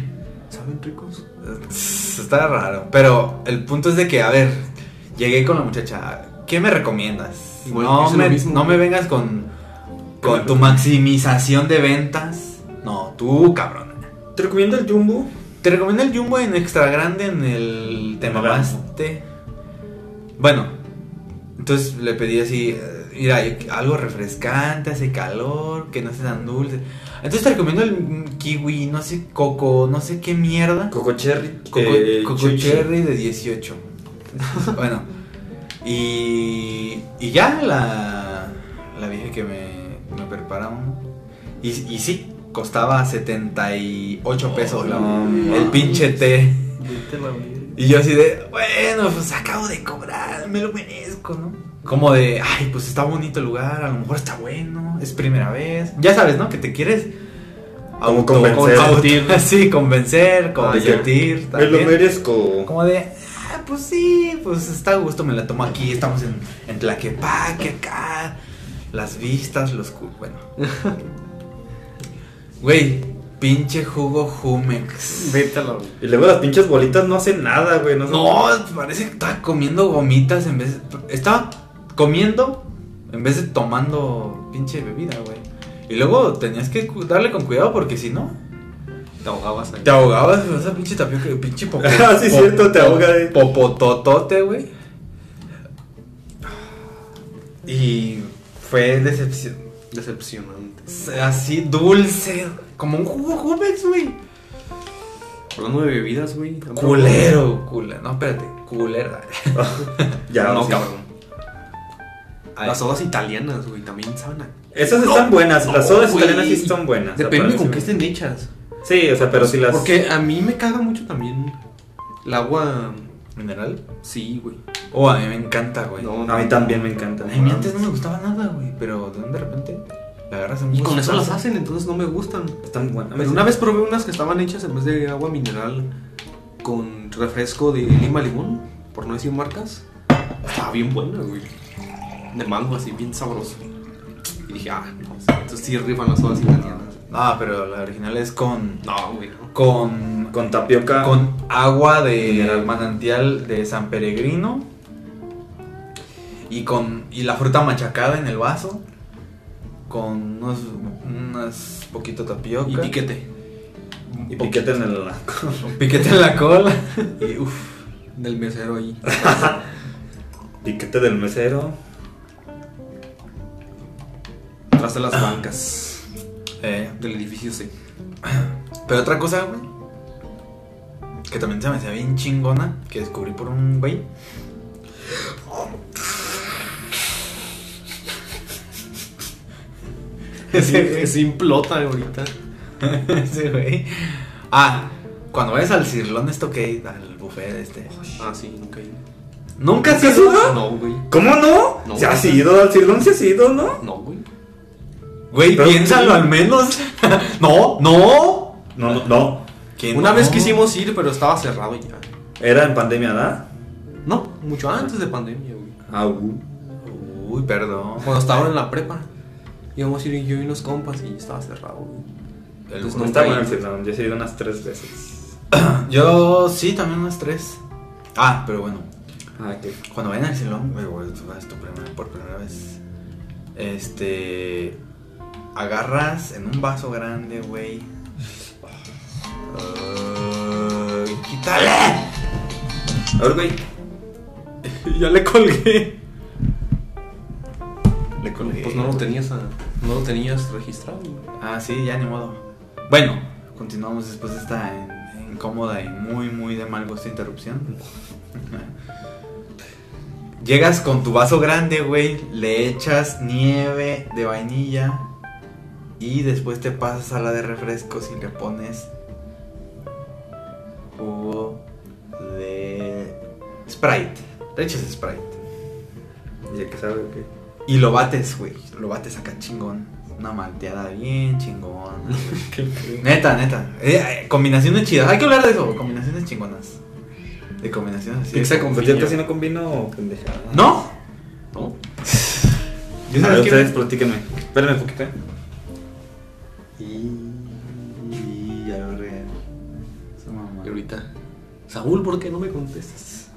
[SPEAKER 1] ¿Saben ricos?
[SPEAKER 3] Está raro. Pero el punto es de que, a ver, llegué con la muchacha. ¿Qué me recomiendas?
[SPEAKER 1] Igual
[SPEAKER 3] no,
[SPEAKER 1] hice lo
[SPEAKER 3] me,
[SPEAKER 1] mismo,
[SPEAKER 3] no me
[SPEAKER 1] güey.
[SPEAKER 3] vengas con, con tu maximización de ventas. No, tú, cabrón.
[SPEAKER 2] Te recomiendo el Jumbo.
[SPEAKER 3] Te recomiendo el Jumbo en extra grande en el te
[SPEAKER 2] Grande.
[SPEAKER 3] mamaste. Bueno, entonces le pedí así, eh, mira, yo- algo refrescante, hace calor, que no sea tan dulce. Entonces te recomiendo el mm, kiwi, no sé, coco, no sé qué mierda.
[SPEAKER 2] Coco cherry.
[SPEAKER 3] Coco,
[SPEAKER 2] eh,
[SPEAKER 3] coco
[SPEAKER 2] chuchi.
[SPEAKER 3] cherry de 18. bueno, y, y ya la, la vieja que me, me prepara uno. Y, y sí, costaba 78 pesos la-
[SPEAKER 2] no
[SPEAKER 3] el
[SPEAKER 2] mames.
[SPEAKER 3] pinche té.
[SPEAKER 1] Vete la verga.
[SPEAKER 3] Y yo así de, bueno, pues acabo de cobrar, me lo merezco, ¿no? Como de, ay, pues está bonito el lugar, a lo mejor está bueno, es primera vez. Ya sabes, ¿no? Que te quieres
[SPEAKER 2] Como convencer. Ah,
[SPEAKER 3] auto- sí, convencer,
[SPEAKER 2] Me
[SPEAKER 3] consentir.
[SPEAKER 2] lo
[SPEAKER 3] también.
[SPEAKER 2] merezco.
[SPEAKER 3] Como de, ah, pues sí, pues está a gusto, me la tomo aquí, estamos en, en Tlaquepaque, acá, las vistas, los cu... bueno. Güey, pinche jugo Jumex.
[SPEAKER 1] Vete a la verga.
[SPEAKER 2] Y luego las pinches bolitas no hacen nada, güey. No, hacen-
[SPEAKER 3] No, parece que estaba comiendo gomitas en vez... Estaba comiendo en En vez de tomando pinche bebida, güey. Y luego tenías que cu- darle con cuidado porque si no,
[SPEAKER 1] Te ahogabas ahí.
[SPEAKER 3] te ahogabas con esa pinche tapioca, pinche popo.
[SPEAKER 2] Ah, sí, cierto, te ahoga, eh.
[SPEAKER 3] Popototote, güey. Y fue decepción.
[SPEAKER 1] Decepcionante.
[SPEAKER 3] Así dulce, como un jugo Jumex, güey.
[SPEAKER 1] Hablando de bebidas, güey. ¿han probado?
[SPEAKER 3] Culero, culero. No, espérate, culera.
[SPEAKER 2] Ya,
[SPEAKER 1] no,
[SPEAKER 2] sí.
[SPEAKER 1] cabrón.
[SPEAKER 3] Ay.
[SPEAKER 1] Las sodas italianas, güey, también saben a...
[SPEAKER 2] Esas
[SPEAKER 1] No,
[SPEAKER 2] están buenas,
[SPEAKER 1] no,
[SPEAKER 2] las sodas
[SPEAKER 1] güey.
[SPEAKER 2] italianas sí están buenas.
[SPEAKER 1] Depende
[SPEAKER 2] aparte,
[SPEAKER 1] con
[SPEAKER 2] sí.
[SPEAKER 1] qué estén hechas.
[SPEAKER 2] Sí, o sea, pero si las.
[SPEAKER 1] Porque a mí me caga mucho también el agua...
[SPEAKER 3] ¿Mineral?
[SPEAKER 1] Sí, güey.
[SPEAKER 3] Oh, a mí me encanta, güey.
[SPEAKER 1] No,
[SPEAKER 2] A mí también me encantan.
[SPEAKER 3] Ay, a mí antes no me gustaba nada, güey. Pero de de repente la agarras en un
[SPEAKER 1] Y con eso las
[SPEAKER 3] gustazo.
[SPEAKER 1] hacen, entonces Pues no Pues me gustan.
[SPEAKER 2] Están buenas.
[SPEAKER 1] Pero una vez probé unas que estaban hechas en vez de agua mineral con refresco de lima limón, por no decir marcas. Estaba bien buena, güey. De mango, así, bien sabroso. Y dije, ah, no, entonces sí rifan las sodas italianas.
[SPEAKER 3] Ah, pero la original es con.
[SPEAKER 1] No, güey, no.
[SPEAKER 3] Con.
[SPEAKER 2] Con tapioca.
[SPEAKER 3] Con agua de
[SPEAKER 2] Mineral.
[SPEAKER 3] manantial de San Peregrino. Y con. Y la fruta machacada en el vaso. Con unos. Unas poquito tapioca.
[SPEAKER 1] Y piquete.
[SPEAKER 3] Un
[SPEAKER 2] Y
[SPEAKER 3] poquito-
[SPEAKER 2] piquete en el.
[SPEAKER 3] Un piquete en la cola. Y uff.
[SPEAKER 1] Del mesero ahí.
[SPEAKER 2] Piquete del mesero.
[SPEAKER 1] Tras de las bancas
[SPEAKER 3] Eh,
[SPEAKER 1] del edificio C.
[SPEAKER 3] Pero otra cosa, güey. Que también se me hacía bien chingona. Que descubrí por un güey.
[SPEAKER 1] Sí, sí implota ahorita.
[SPEAKER 3] Ese güey. Ah, cuando vayas al cirlón esto que hay, al buffet este.
[SPEAKER 1] Ah, sí, nunca he ido.
[SPEAKER 3] ¿Nunca has ido?
[SPEAKER 2] ido?
[SPEAKER 1] No, güey.
[SPEAKER 2] ¿Cómo no?
[SPEAKER 1] No.
[SPEAKER 2] Se ha sido al cirlón, se ha sido, ¿no?
[SPEAKER 1] No, güey.
[SPEAKER 3] Güey,
[SPEAKER 2] Pero-
[SPEAKER 3] piénsalo al menos. no, no.
[SPEAKER 2] No, no, no.
[SPEAKER 3] ¿Quién
[SPEAKER 1] Una
[SPEAKER 3] no?
[SPEAKER 1] vez quisimos ir, pero estaba cerrado ya.
[SPEAKER 2] Era en pandemia, ¿verdad?
[SPEAKER 1] No, mucho antes de pandemia, güey.
[SPEAKER 2] Ah, uh.
[SPEAKER 3] Uy, perdón.
[SPEAKER 1] Cuando estaba en la prepa, íbamos a ir yo y unos compas y estaba cerrado, güey.
[SPEAKER 3] El
[SPEAKER 1] Entonces
[SPEAKER 2] No
[SPEAKER 1] Pues nunca
[SPEAKER 2] está
[SPEAKER 1] he
[SPEAKER 2] bueno el
[SPEAKER 1] ido.
[SPEAKER 2] cirlón, yo he ido unas tres veces.
[SPEAKER 3] Yo sí, también unas tres. Ah, pero bueno.
[SPEAKER 2] Ah, qué.
[SPEAKER 3] Cuando vayan al salón, güey, güey, tú vas tu primera- por primera vez. Este. Agarras en un vaso grande, güey. Ay, ¡Quítale!
[SPEAKER 2] A ver, güey.
[SPEAKER 3] ya le colgué. Le colgué.
[SPEAKER 1] Pues no lo tenías, a- no lo tenías registrado, güey.
[SPEAKER 3] Ah, sí, ya ni modo. Bueno, continuamos después de esta in- incómoda y muy, muy de mal gusto interrupción. Llegas con tu vaso grande, güey, le echas nieve de vainilla y después te pasas a la de refrescos y le pones jugo de Sprite. Le echas Sprite.
[SPEAKER 2] ¿Y el que sabe o qué?
[SPEAKER 3] Y lo bates, güey. Lo bates acá chingón. Una malteada bien chingón. Neta, neta. Eh, eh, combinaciones chidas. Hay que hablar de eso. Combinaciones chingonas. De combinaciones así.
[SPEAKER 1] Pizza con
[SPEAKER 2] Pues yo
[SPEAKER 1] piña.
[SPEAKER 2] casi no combino pendejada.
[SPEAKER 3] ¿No?
[SPEAKER 1] ¿No?
[SPEAKER 3] ¿Yo
[SPEAKER 2] A ver,
[SPEAKER 3] sabes qué?
[SPEAKER 2] ustedes platíquenme. Espérenme un poquito. ¿eh?
[SPEAKER 3] Y... y ya lo re- Su mamá.
[SPEAKER 1] Y ahorita, Saúl, ¿por qué no me contestas?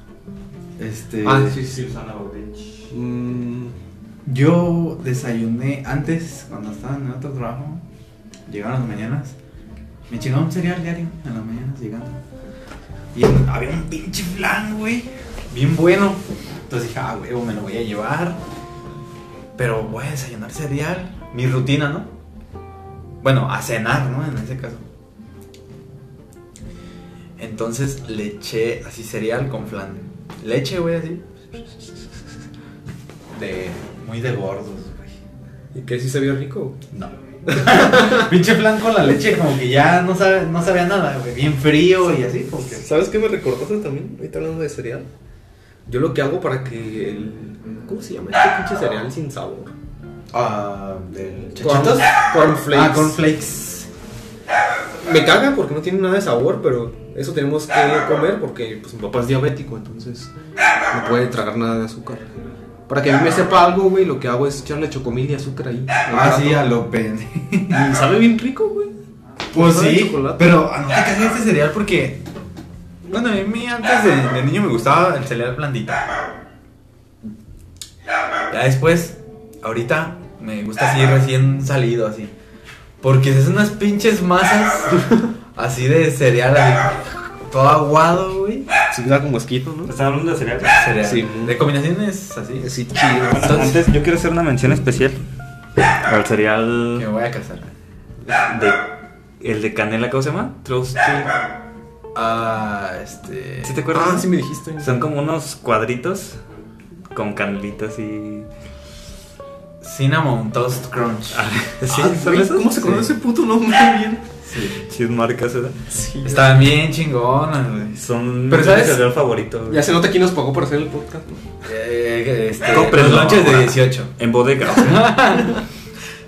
[SPEAKER 3] Este...
[SPEAKER 1] Ah, sí, sí.
[SPEAKER 2] Susana Bobich.
[SPEAKER 1] Mm,
[SPEAKER 3] Yo desayuné antes, cuando estaba en otro trabajo. Llegaban las mañanas. Me chingaba un cereal diario en las mañanas llegando. Y había un pinche flan, güey. Bien bueno. Entonces dije, ah, huevo, me lo voy a llevar. Pero voy a desayunar cereal. Mi rutina, ¿no? Bueno, a cenar, ¿no? En ese caso. Entonces le eché así cereal con flan. Leche, güey, así. De. Muy de gordos, güey.
[SPEAKER 1] ¿Y qué? ¿Sí se vio rico?
[SPEAKER 3] No. Pinche flan con la leche, como que ya no, sabe, no sabía nada, güey. Bien frío y así, porque.
[SPEAKER 1] Pues, ¿Sabes qué me recordaste también? Ahorita hablando de cereal. Yo lo que hago para que el... ¿Cómo se llama este pinche cereal sin sabor?
[SPEAKER 3] Ah, del
[SPEAKER 1] ¿Chachitos?
[SPEAKER 3] chachitos.
[SPEAKER 1] Cornflakes.
[SPEAKER 3] Ah, cornflakes.
[SPEAKER 1] Me caga porque no tiene nada de sabor, pero eso tenemos que comer porque pues, mi papá es diabético, entonces no puede tragar nada de azúcar. Para que a mí me sepa algo, güey, lo que hago es echarle chocomil y azúcar ahí.
[SPEAKER 3] Ah, sí, a
[SPEAKER 1] Al
[SPEAKER 3] lo pende.
[SPEAKER 1] rato. Y sabe bien rico, güey.
[SPEAKER 3] Pues
[SPEAKER 1] Sabe a
[SPEAKER 3] sí,
[SPEAKER 1] chocolate.
[SPEAKER 3] pero ah, no te cagas este cereal porque. Bueno, a mí antes de, de niño me gustaba el cereal blandito. Ya después ahorita me gusta así recién salido, así. Porque es unas pinches masas así de cereal, así, todo aguado, güey.
[SPEAKER 1] Se queda con mosquito, ¿no?
[SPEAKER 2] ¿Estás hablando de cereal?
[SPEAKER 3] Cereal.
[SPEAKER 1] Sí.
[SPEAKER 3] De combinaciones así.
[SPEAKER 1] Sí, chido.
[SPEAKER 3] Entonces-
[SPEAKER 2] Antes yo quiero hacer una mención especial al cereal
[SPEAKER 3] Que me voy a casar.
[SPEAKER 2] de... El de canela, ¿cómo se llama? Trusty.
[SPEAKER 3] Ah, este.
[SPEAKER 2] ¿Sí te acuerdas?
[SPEAKER 1] Ah, sí me dijiste.
[SPEAKER 2] Son como unos cuadritos con canelitas y...
[SPEAKER 3] Cinnamon Toast Crunch.
[SPEAKER 2] Sí,
[SPEAKER 1] Ah,
[SPEAKER 2] ¿son
[SPEAKER 1] güey,
[SPEAKER 2] esos?
[SPEAKER 1] ¿Cómo se conoce
[SPEAKER 3] Sí.
[SPEAKER 1] ese puto nombre bien?
[SPEAKER 3] Sí.
[SPEAKER 2] Chis marcas, ¿verdad?
[SPEAKER 1] Sí.
[SPEAKER 3] Estaban bien chingonas, güey.
[SPEAKER 2] Son
[SPEAKER 3] Pero, ¿sabes?
[SPEAKER 2] mi cereal favorito. güey.
[SPEAKER 1] Ya se nota quién nos pagó por hacer el podcast. ¿no?
[SPEAKER 3] Eh, este,
[SPEAKER 2] Cómprenlo
[SPEAKER 3] los lonches de
[SPEAKER 2] ahora.
[SPEAKER 3] 18.
[SPEAKER 2] En bodega.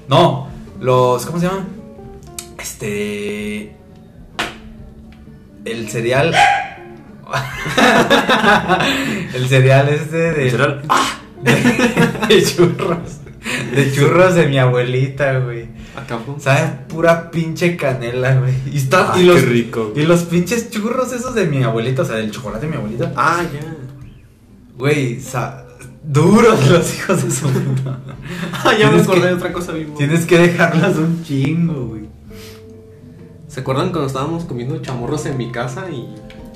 [SPEAKER 3] No, los. ¿Cómo se llaman? Este. El cereal. el cereal este de.
[SPEAKER 2] El cereal.
[SPEAKER 1] Ah,
[SPEAKER 3] De, de churros. De churros de mi abuelita, güey.
[SPEAKER 1] Acá, ¿no?
[SPEAKER 3] Sabe pura pinche canela, güey. Y está.
[SPEAKER 2] Ah,
[SPEAKER 3] y los,
[SPEAKER 2] qué rico, güey.
[SPEAKER 3] Y los pinches churros esos de mi abuelita, o sea, del chocolate de mi abuelita.
[SPEAKER 1] Ah, ya.
[SPEAKER 3] Güey, sa- duros los hijos de su puta.
[SPEAKER 1] Ah, ya me
[SPEAKER 3] Tienes
[SPEAKER 1] acordé
[SPEAKER 3] que-
[SPEAKER 1] de otra cosa bien. buena.
[SPEAKER 3] Tienes que dejarlas un chingo, güey.
[SPEAKER 1] ¿Se acuerdan cuando estábamos comiendo chamorros en mi casa y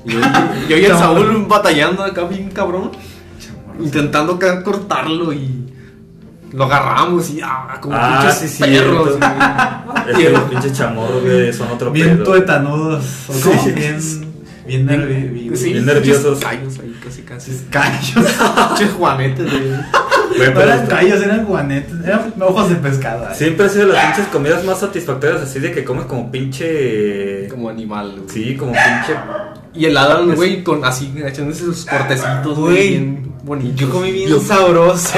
[SPEAKER 1] y yo, yo y el Saúl batallando acá bien cabrón? Intentando acá cortarlo y lo agarramos y ah, como
[SPEAKER 2] Ah,
[SPEAKER 1] pinches
[SPEAKER 2] sí, sí,
[SPEAKER 1] perros.
[SPEAKER 2] entonces-
[SPEAKER 1] güey.
[SPEAKER 2] Es que los pinches chamorros, güey, son otro
[SPEAKER 3] Bien
[SPEAKER 2] pedo.
[SPEAKER 3] tuetanudos. o
[SPEAKER 2] Sí.
[SPEAKER 3] como Bien, bien nerviosos.
[SPEAKER 1] Sí,
[SPEAKER 2] bien
[SPEAKER 1] pinches
[SPEAKER 2] nerviosos.
[SPEAKER 1] Callos ahí, casi casi.
[SPEAKER 3] Callos.
[SPEAKER 1] Pinches juanetes de.
[SPEAKER 2] Güey,
[SPEAKER 3] No
[SPEAKER 2] pero
[SPEAKER 3] eran
[SPEAKER 2] está-
[SPEAKER 3] callos, eran guanetes. Eran ojos de pescado. güey.
[SPEAKER 2] Siempre ha sido las pinches comidas más satisfactorias, así de que comes como pinche...
[SPEAKER 1] Como animal, güey.
[SPEAKER 2] Sí, como pinche...
[SPEAKER 1] Y el Adam, güey, con así, echándose sus cortecitos,
[SPEAKER 3] Güey,
[SPEAKER 1] güey. Bien bonitos.
[SPEAKER 3] Yo comí bien
[SPEAKER 1] Yo-
[SPEAKER 3] sabroso.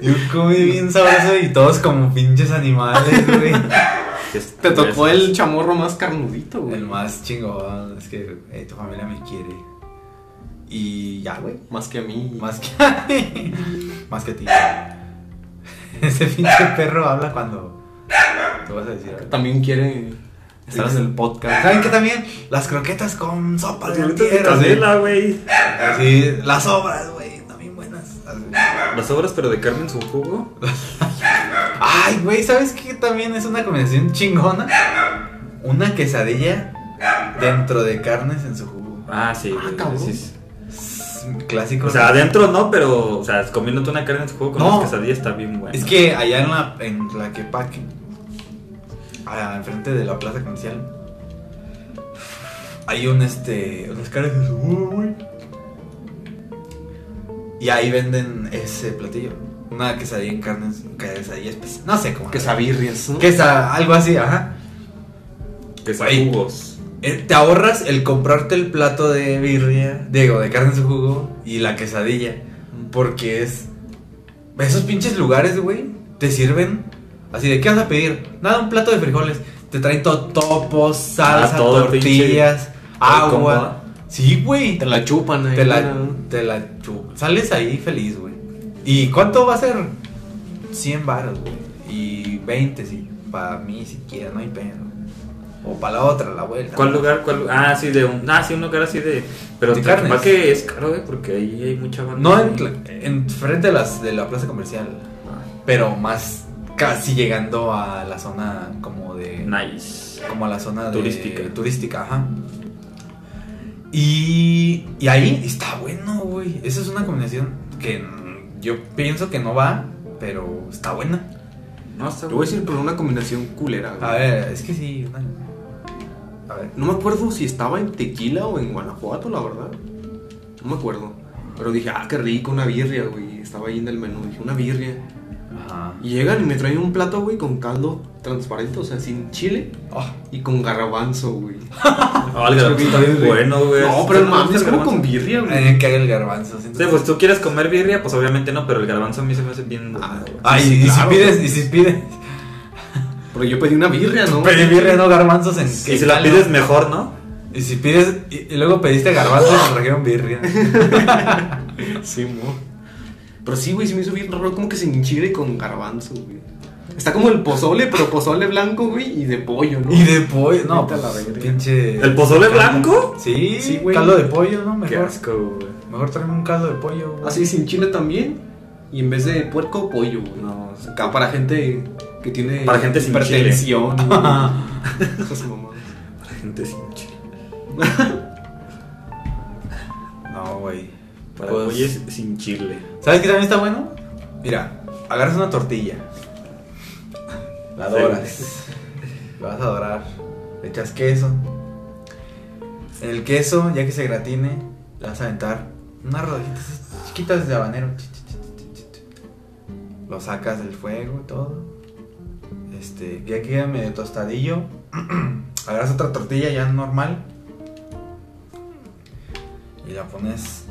[SPEAKER 3] Yo comí bien sabroso y todos como pinches animales, güey.
[SPEAKER 1] Te tocó
[SPEAKER 2] este,
[SPEAKER 1] el chamorro más carnudito, güey.
[SPEAKER 3] El más chingón. Es que eh, tu familia me quiere. Y ya, güey.
[SPEAKER 1] Más que a mí.
[SPEAKER 3] Más que Más que a ti. Ese pinche perro habla cuando. Te vas a decir algo.
[SPEAKER 1] También quiere estar en el podcast.
[SPEAKER 3] ¿Saben qué también? Las croquetas con sopa de
[SPEAKER 2] Palitos de
[SPEAKER 3] tierra.
[SPEAKER 2] canela, güey.
[SPEAKER 3] Así, las obras, güey. También buenas. Así.
[SPEAKER 2] Las obras, pero de carne en su jugo.
[SPEAKER 3] Ay, güey, ¿sabes qué también es una combinación chingona? Una quesadilla dentro de carnes en su jugo.
[SPEAKER 2] Ah, sí,
[SPEAKER 1] Ah,
[SPEAKER 2] güey.
[SPEAKER 1] cabrón.
[SPEAKER 2] sí, sí.
[SPEAKER 3] Es un clásico.
[SPEAKER 2] O sea, adentro no, pero, o sea, comiéndote una carne en su jugo con
[SPEAKER 3] No.
[SPEAKER 2] unas quesadillas está bien bueno.
[SPEAKER 3] Es que allá en la, en la Quepaque, ah, enfrente de la plaza comercial, hay un este. unas caras de su- uh, güey. Y ahí venden ese platillo. Una quesadilla en carnes, quesadilla especial. No sé cómo.
[SPEAKER 1] Quesabirrias, ¿no?
[SPEAKER 3] Quesa, algo así, ajá.
[SPEAKER 2] Que son
[SPEAKER 3] Güey.
[SPEAKER 2] jugos.
[SPEAKER 3] Eh, Te ahorras el comprarte el plato de birria, digo, de carne en su jugo y la quesadilla. Porque es. Esos pinches lugares, güey, te sirven. Así de, ¿qué vas a pedir? Nada, un plato de frijoles. Te traen totopos, salsa,
[SPEAKER 2] Ah, todo el pinche-
[SPEAKER 3] tortillas,
[SPEAKER 2] el combo,
[SPEAKER 3] agua.
[SPEAKER 2] ¿ah?
[SPEAKER 3] Sí, güey.
[SPEAKER 1] Te la chupan ahí.
[SPEAKER 3] Te la,
[SPEAKER 1] ¿no?
[SPEAKER 3] te la chu- Sales ahí feliz, güey. ¿Y cuánto va a ser? 100 baros, güey. Y 20, sí. Para mí, si quieres, no hay pena. O para la otra, la vuelta.
[SPEAKER 2] ¿Cuál lugar? ¿Cuál? Ah, sí, de un, ah, sí, un lugar así de. Pero
[SPEAKER 3] De
[SPEAKER 2] te capaz
[SPEAKER 3] carnes.
[SPEAKER 2] que es caro, güey, porque ahí hay mucha banda.
[SPEAKER 3] No en, Tla- en frente de, las, de la plaza comercial,
[SPEAKER 2] Ah,
[SPEAKER 3] pero más casi llegando a la zona como de...
[SPEAKER 2] Nice.
[SPEAKER 3] Como a la zona de-
[SPEAKER 2] Turística.
[SPEAKER 3] Turística, ajá. Y, y ahí está bueno, güey. Esa es una combinación que mm, yo pienso que no va, pero está buena.
[SPEAKER 2] No, está
[SPEAKER 1] Te voy a decir, pero una combinación culera, güey.
[SPEAKER 3] A ver, es que sí. una- A ver.
[SPEAKER 1] No me acuerdo si estaba en Tequila o en Guanajuato, la verdad. No me acuerdo. Pero dije, ah, qué rico, una birria, güey. Estaba ahí en el menú. Dije, una birria.
[SPEAKER 3] Ajá.
[SPEAKER 1] Y llegan y me traen un plato, güey, con caldo transparente, o sea, sin chile
[SPEAKER 3] Oh,
[SPEAKER 1] y con garrabanzo, güey.
[SPEAKER 2] Ah, el
[SPEAKER 3] pues
[SPEAKER 2] garbanzo está bien bueno, güey.
[SPEAKER 1] No, pero el mami es como
[SPEAKER 2] Garbanzo.
[SPEAKER 1] con birria, güey.
[SPEAKER 3] eh, que haga el garbanzo. siento
[SPEAKER 2] Sí,
[SPEAKER 3] que-
[SPEAKER 2] pues tú quieres comer birria, pues obviamente no, pero el garbanzo a mí se me hace bien.
[SPEAKER 1] Ah, güey.
[SPEAKER 3] Ay,
[SPEAKER 1] Sí,
[SPEAKER 3] y
[SPEAKER 1] claro,
[SPEAKER 3] si pides,
[SPEAKER 1] güey.
[SPEAKER 3] y si pides.
[SPEAKER 1] Pero yo pedí una birria, ¿no?
[SPEAKER 3] Pedí birria, no garbanzos en
[SPEAKER 2] y si la
[SPEAKER 3] en-
[SPEAKER 2] pides mejor, ¿no?
[SPEAKER 3] Y si pides. Y, y luego pediste garbanzos y te trajeron birria.
[SPEAKER 1] Sí, mo. Pero sí, güey, se me hizo bien raro, como que sin chile con garbanzo, güey. Está como el pozole, pero pozole blanco, güey, y de pollo, ¿no?
[SPEAKER 3] Y de pollo. No,
[SPEAKER 1] Vete a la
[SPEAKER 3] pues,
[SPEAKER 1] verga.
[SPEAKER 3] pinche.
[SPEAKER 2] ¿El pozole blanco?
[SPEAKER 3] Sí,
[SPEAKER 1] Sí,
[SPEAKER 3] sí
[SPEAKER 1] güey.
[SPEAKER 3] caldo de pollo, ¿no?
[SPEAKER 2] Qué
[SPEAKER 3] Mejor.
[SPEAKER 2] asco, güey.
[SPEAKER 1] Ah,
[SPEAKER 3] Mejor tráeme un caldo de pollo. güey.
[SPEAKER 1] Así sin chile también. Y en vez de puerco, pollo, güey.
[SPEAKER 2] No, es-
[SPEAKER 1] Acá para gente que tiene
[SPEAKER 2] Para gente sin
[SPEAKER 1] hipertensión. güey. Esas mamadas.
[SPEAKER 2] La gente sin chile. No, güey. Para
[SPEAKER 3] Pues-
[SPEAKER 2] pollos sin chile.
[SPEAKER 3] ¿Sabes qué también está bueno? Mira, agarras una tortilla. La
[SPEAKER 2] Sí.
[SPEAKER 3] doras. La vas a dorar. Le echas queso. En el queso, ya que se gratine, le vas a aventar unas rodajitas chiquitas de habanero. Ch, ch, ch, ch, ch, ch. Lo sacas del fuego y todo. Este, ya queda medio tostadillo. agarras otra tortilla ya normal. Y la pones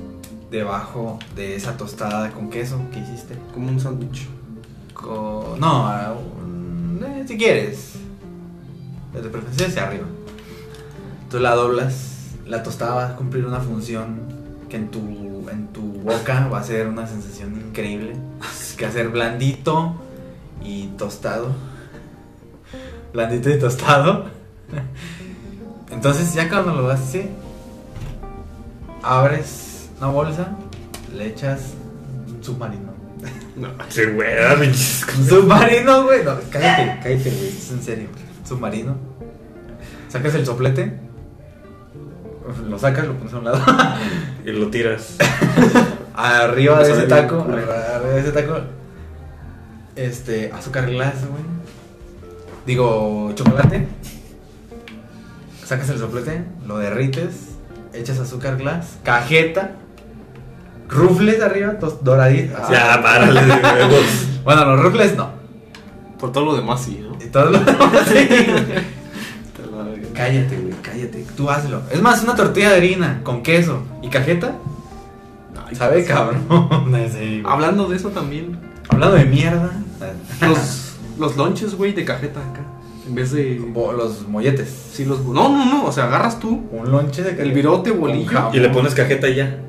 [SPEAKER 3] debajo de esa tostada con queso que hiciste.
[SPEAKER 1] Como un sándwich.
[SPEAKER 3] Co- No, a un- eh, si quieres. Pero de preferencia hacia arriba. Tú la doblas. La tostada va a cumplir una función que en tu, en tu boca va a ser una sensación increíble. Que va a ser blandito y tostado. Blandito y tostado. Entonces ya cuando lo das así, abres una bolsa, le echas un submarino.
[SPEAKER 1] No.
[SPEAKER 2] Sí, güey, ah, pinches.
[SPEAKER 3] Submarino, güey. No, cállate, cállate, güey. Es en serio. Submarino. Sacas el soplete. Lo sacas, lo pones a un lado.
[SPEAKER 2] Y lo tiras.
[SPEAKER 3] Arriba de
[SPEAKER 1] Sabe
[SPEAKER 3] ese
[SPEAKER 1] bien
[SPEAKER 3] taco.
[SPEAKER 1] culero.
[SPEAKER 3] Arriba de ese taco. Este, azúcar glass, güey. Digo, chocolate. Sacas el soplete, lo derrites, echas azúcar glass, cajeta, rufles arriba, tos- doraditos. así.
[SPEAKER 1] Ah.
[SPEAKER 2] Ya, párale de huevos.
[SPEAKER 3] Bueno, los rufles no.
[SPEAKER 1] Por todo lo demás, sí, ¿no?
[SPEAKER 3] Y todo lo demás, sí.
[SPEAKER 1] Te la verga.
[SPEAKER 3] Cállate, güey, cállate. Tú hazlo. Es más, una tortilla de harina con queso y cajeta.
[SPEAKER 1] Ay,
[SPEAKER 3] Sabe
[SPEAKER 1] sí.
[SPEAKER 3] cabrón. Sí, güey.
[SPEAKER 1] Hablando de eso también.
[SPEAKER 3] Hablando de mierda.
[SPEAKER 1] Los, los lonches, güey, de cajeta acá. En vez de.
[SPEAKER 3] Bo- los molletes.
[SPEAKER 1] Sí, los. No, no, no. O sea, agarras tú
[SPEAKER 3] Un lonche de
[SPEAKER 1] el virote,
[SPEAKER 3] Con
[SPEAKER 1] bolillo.
[SPEAKER 3] jabón.
[SPEAKER 2] Y le pones cajeta y ya.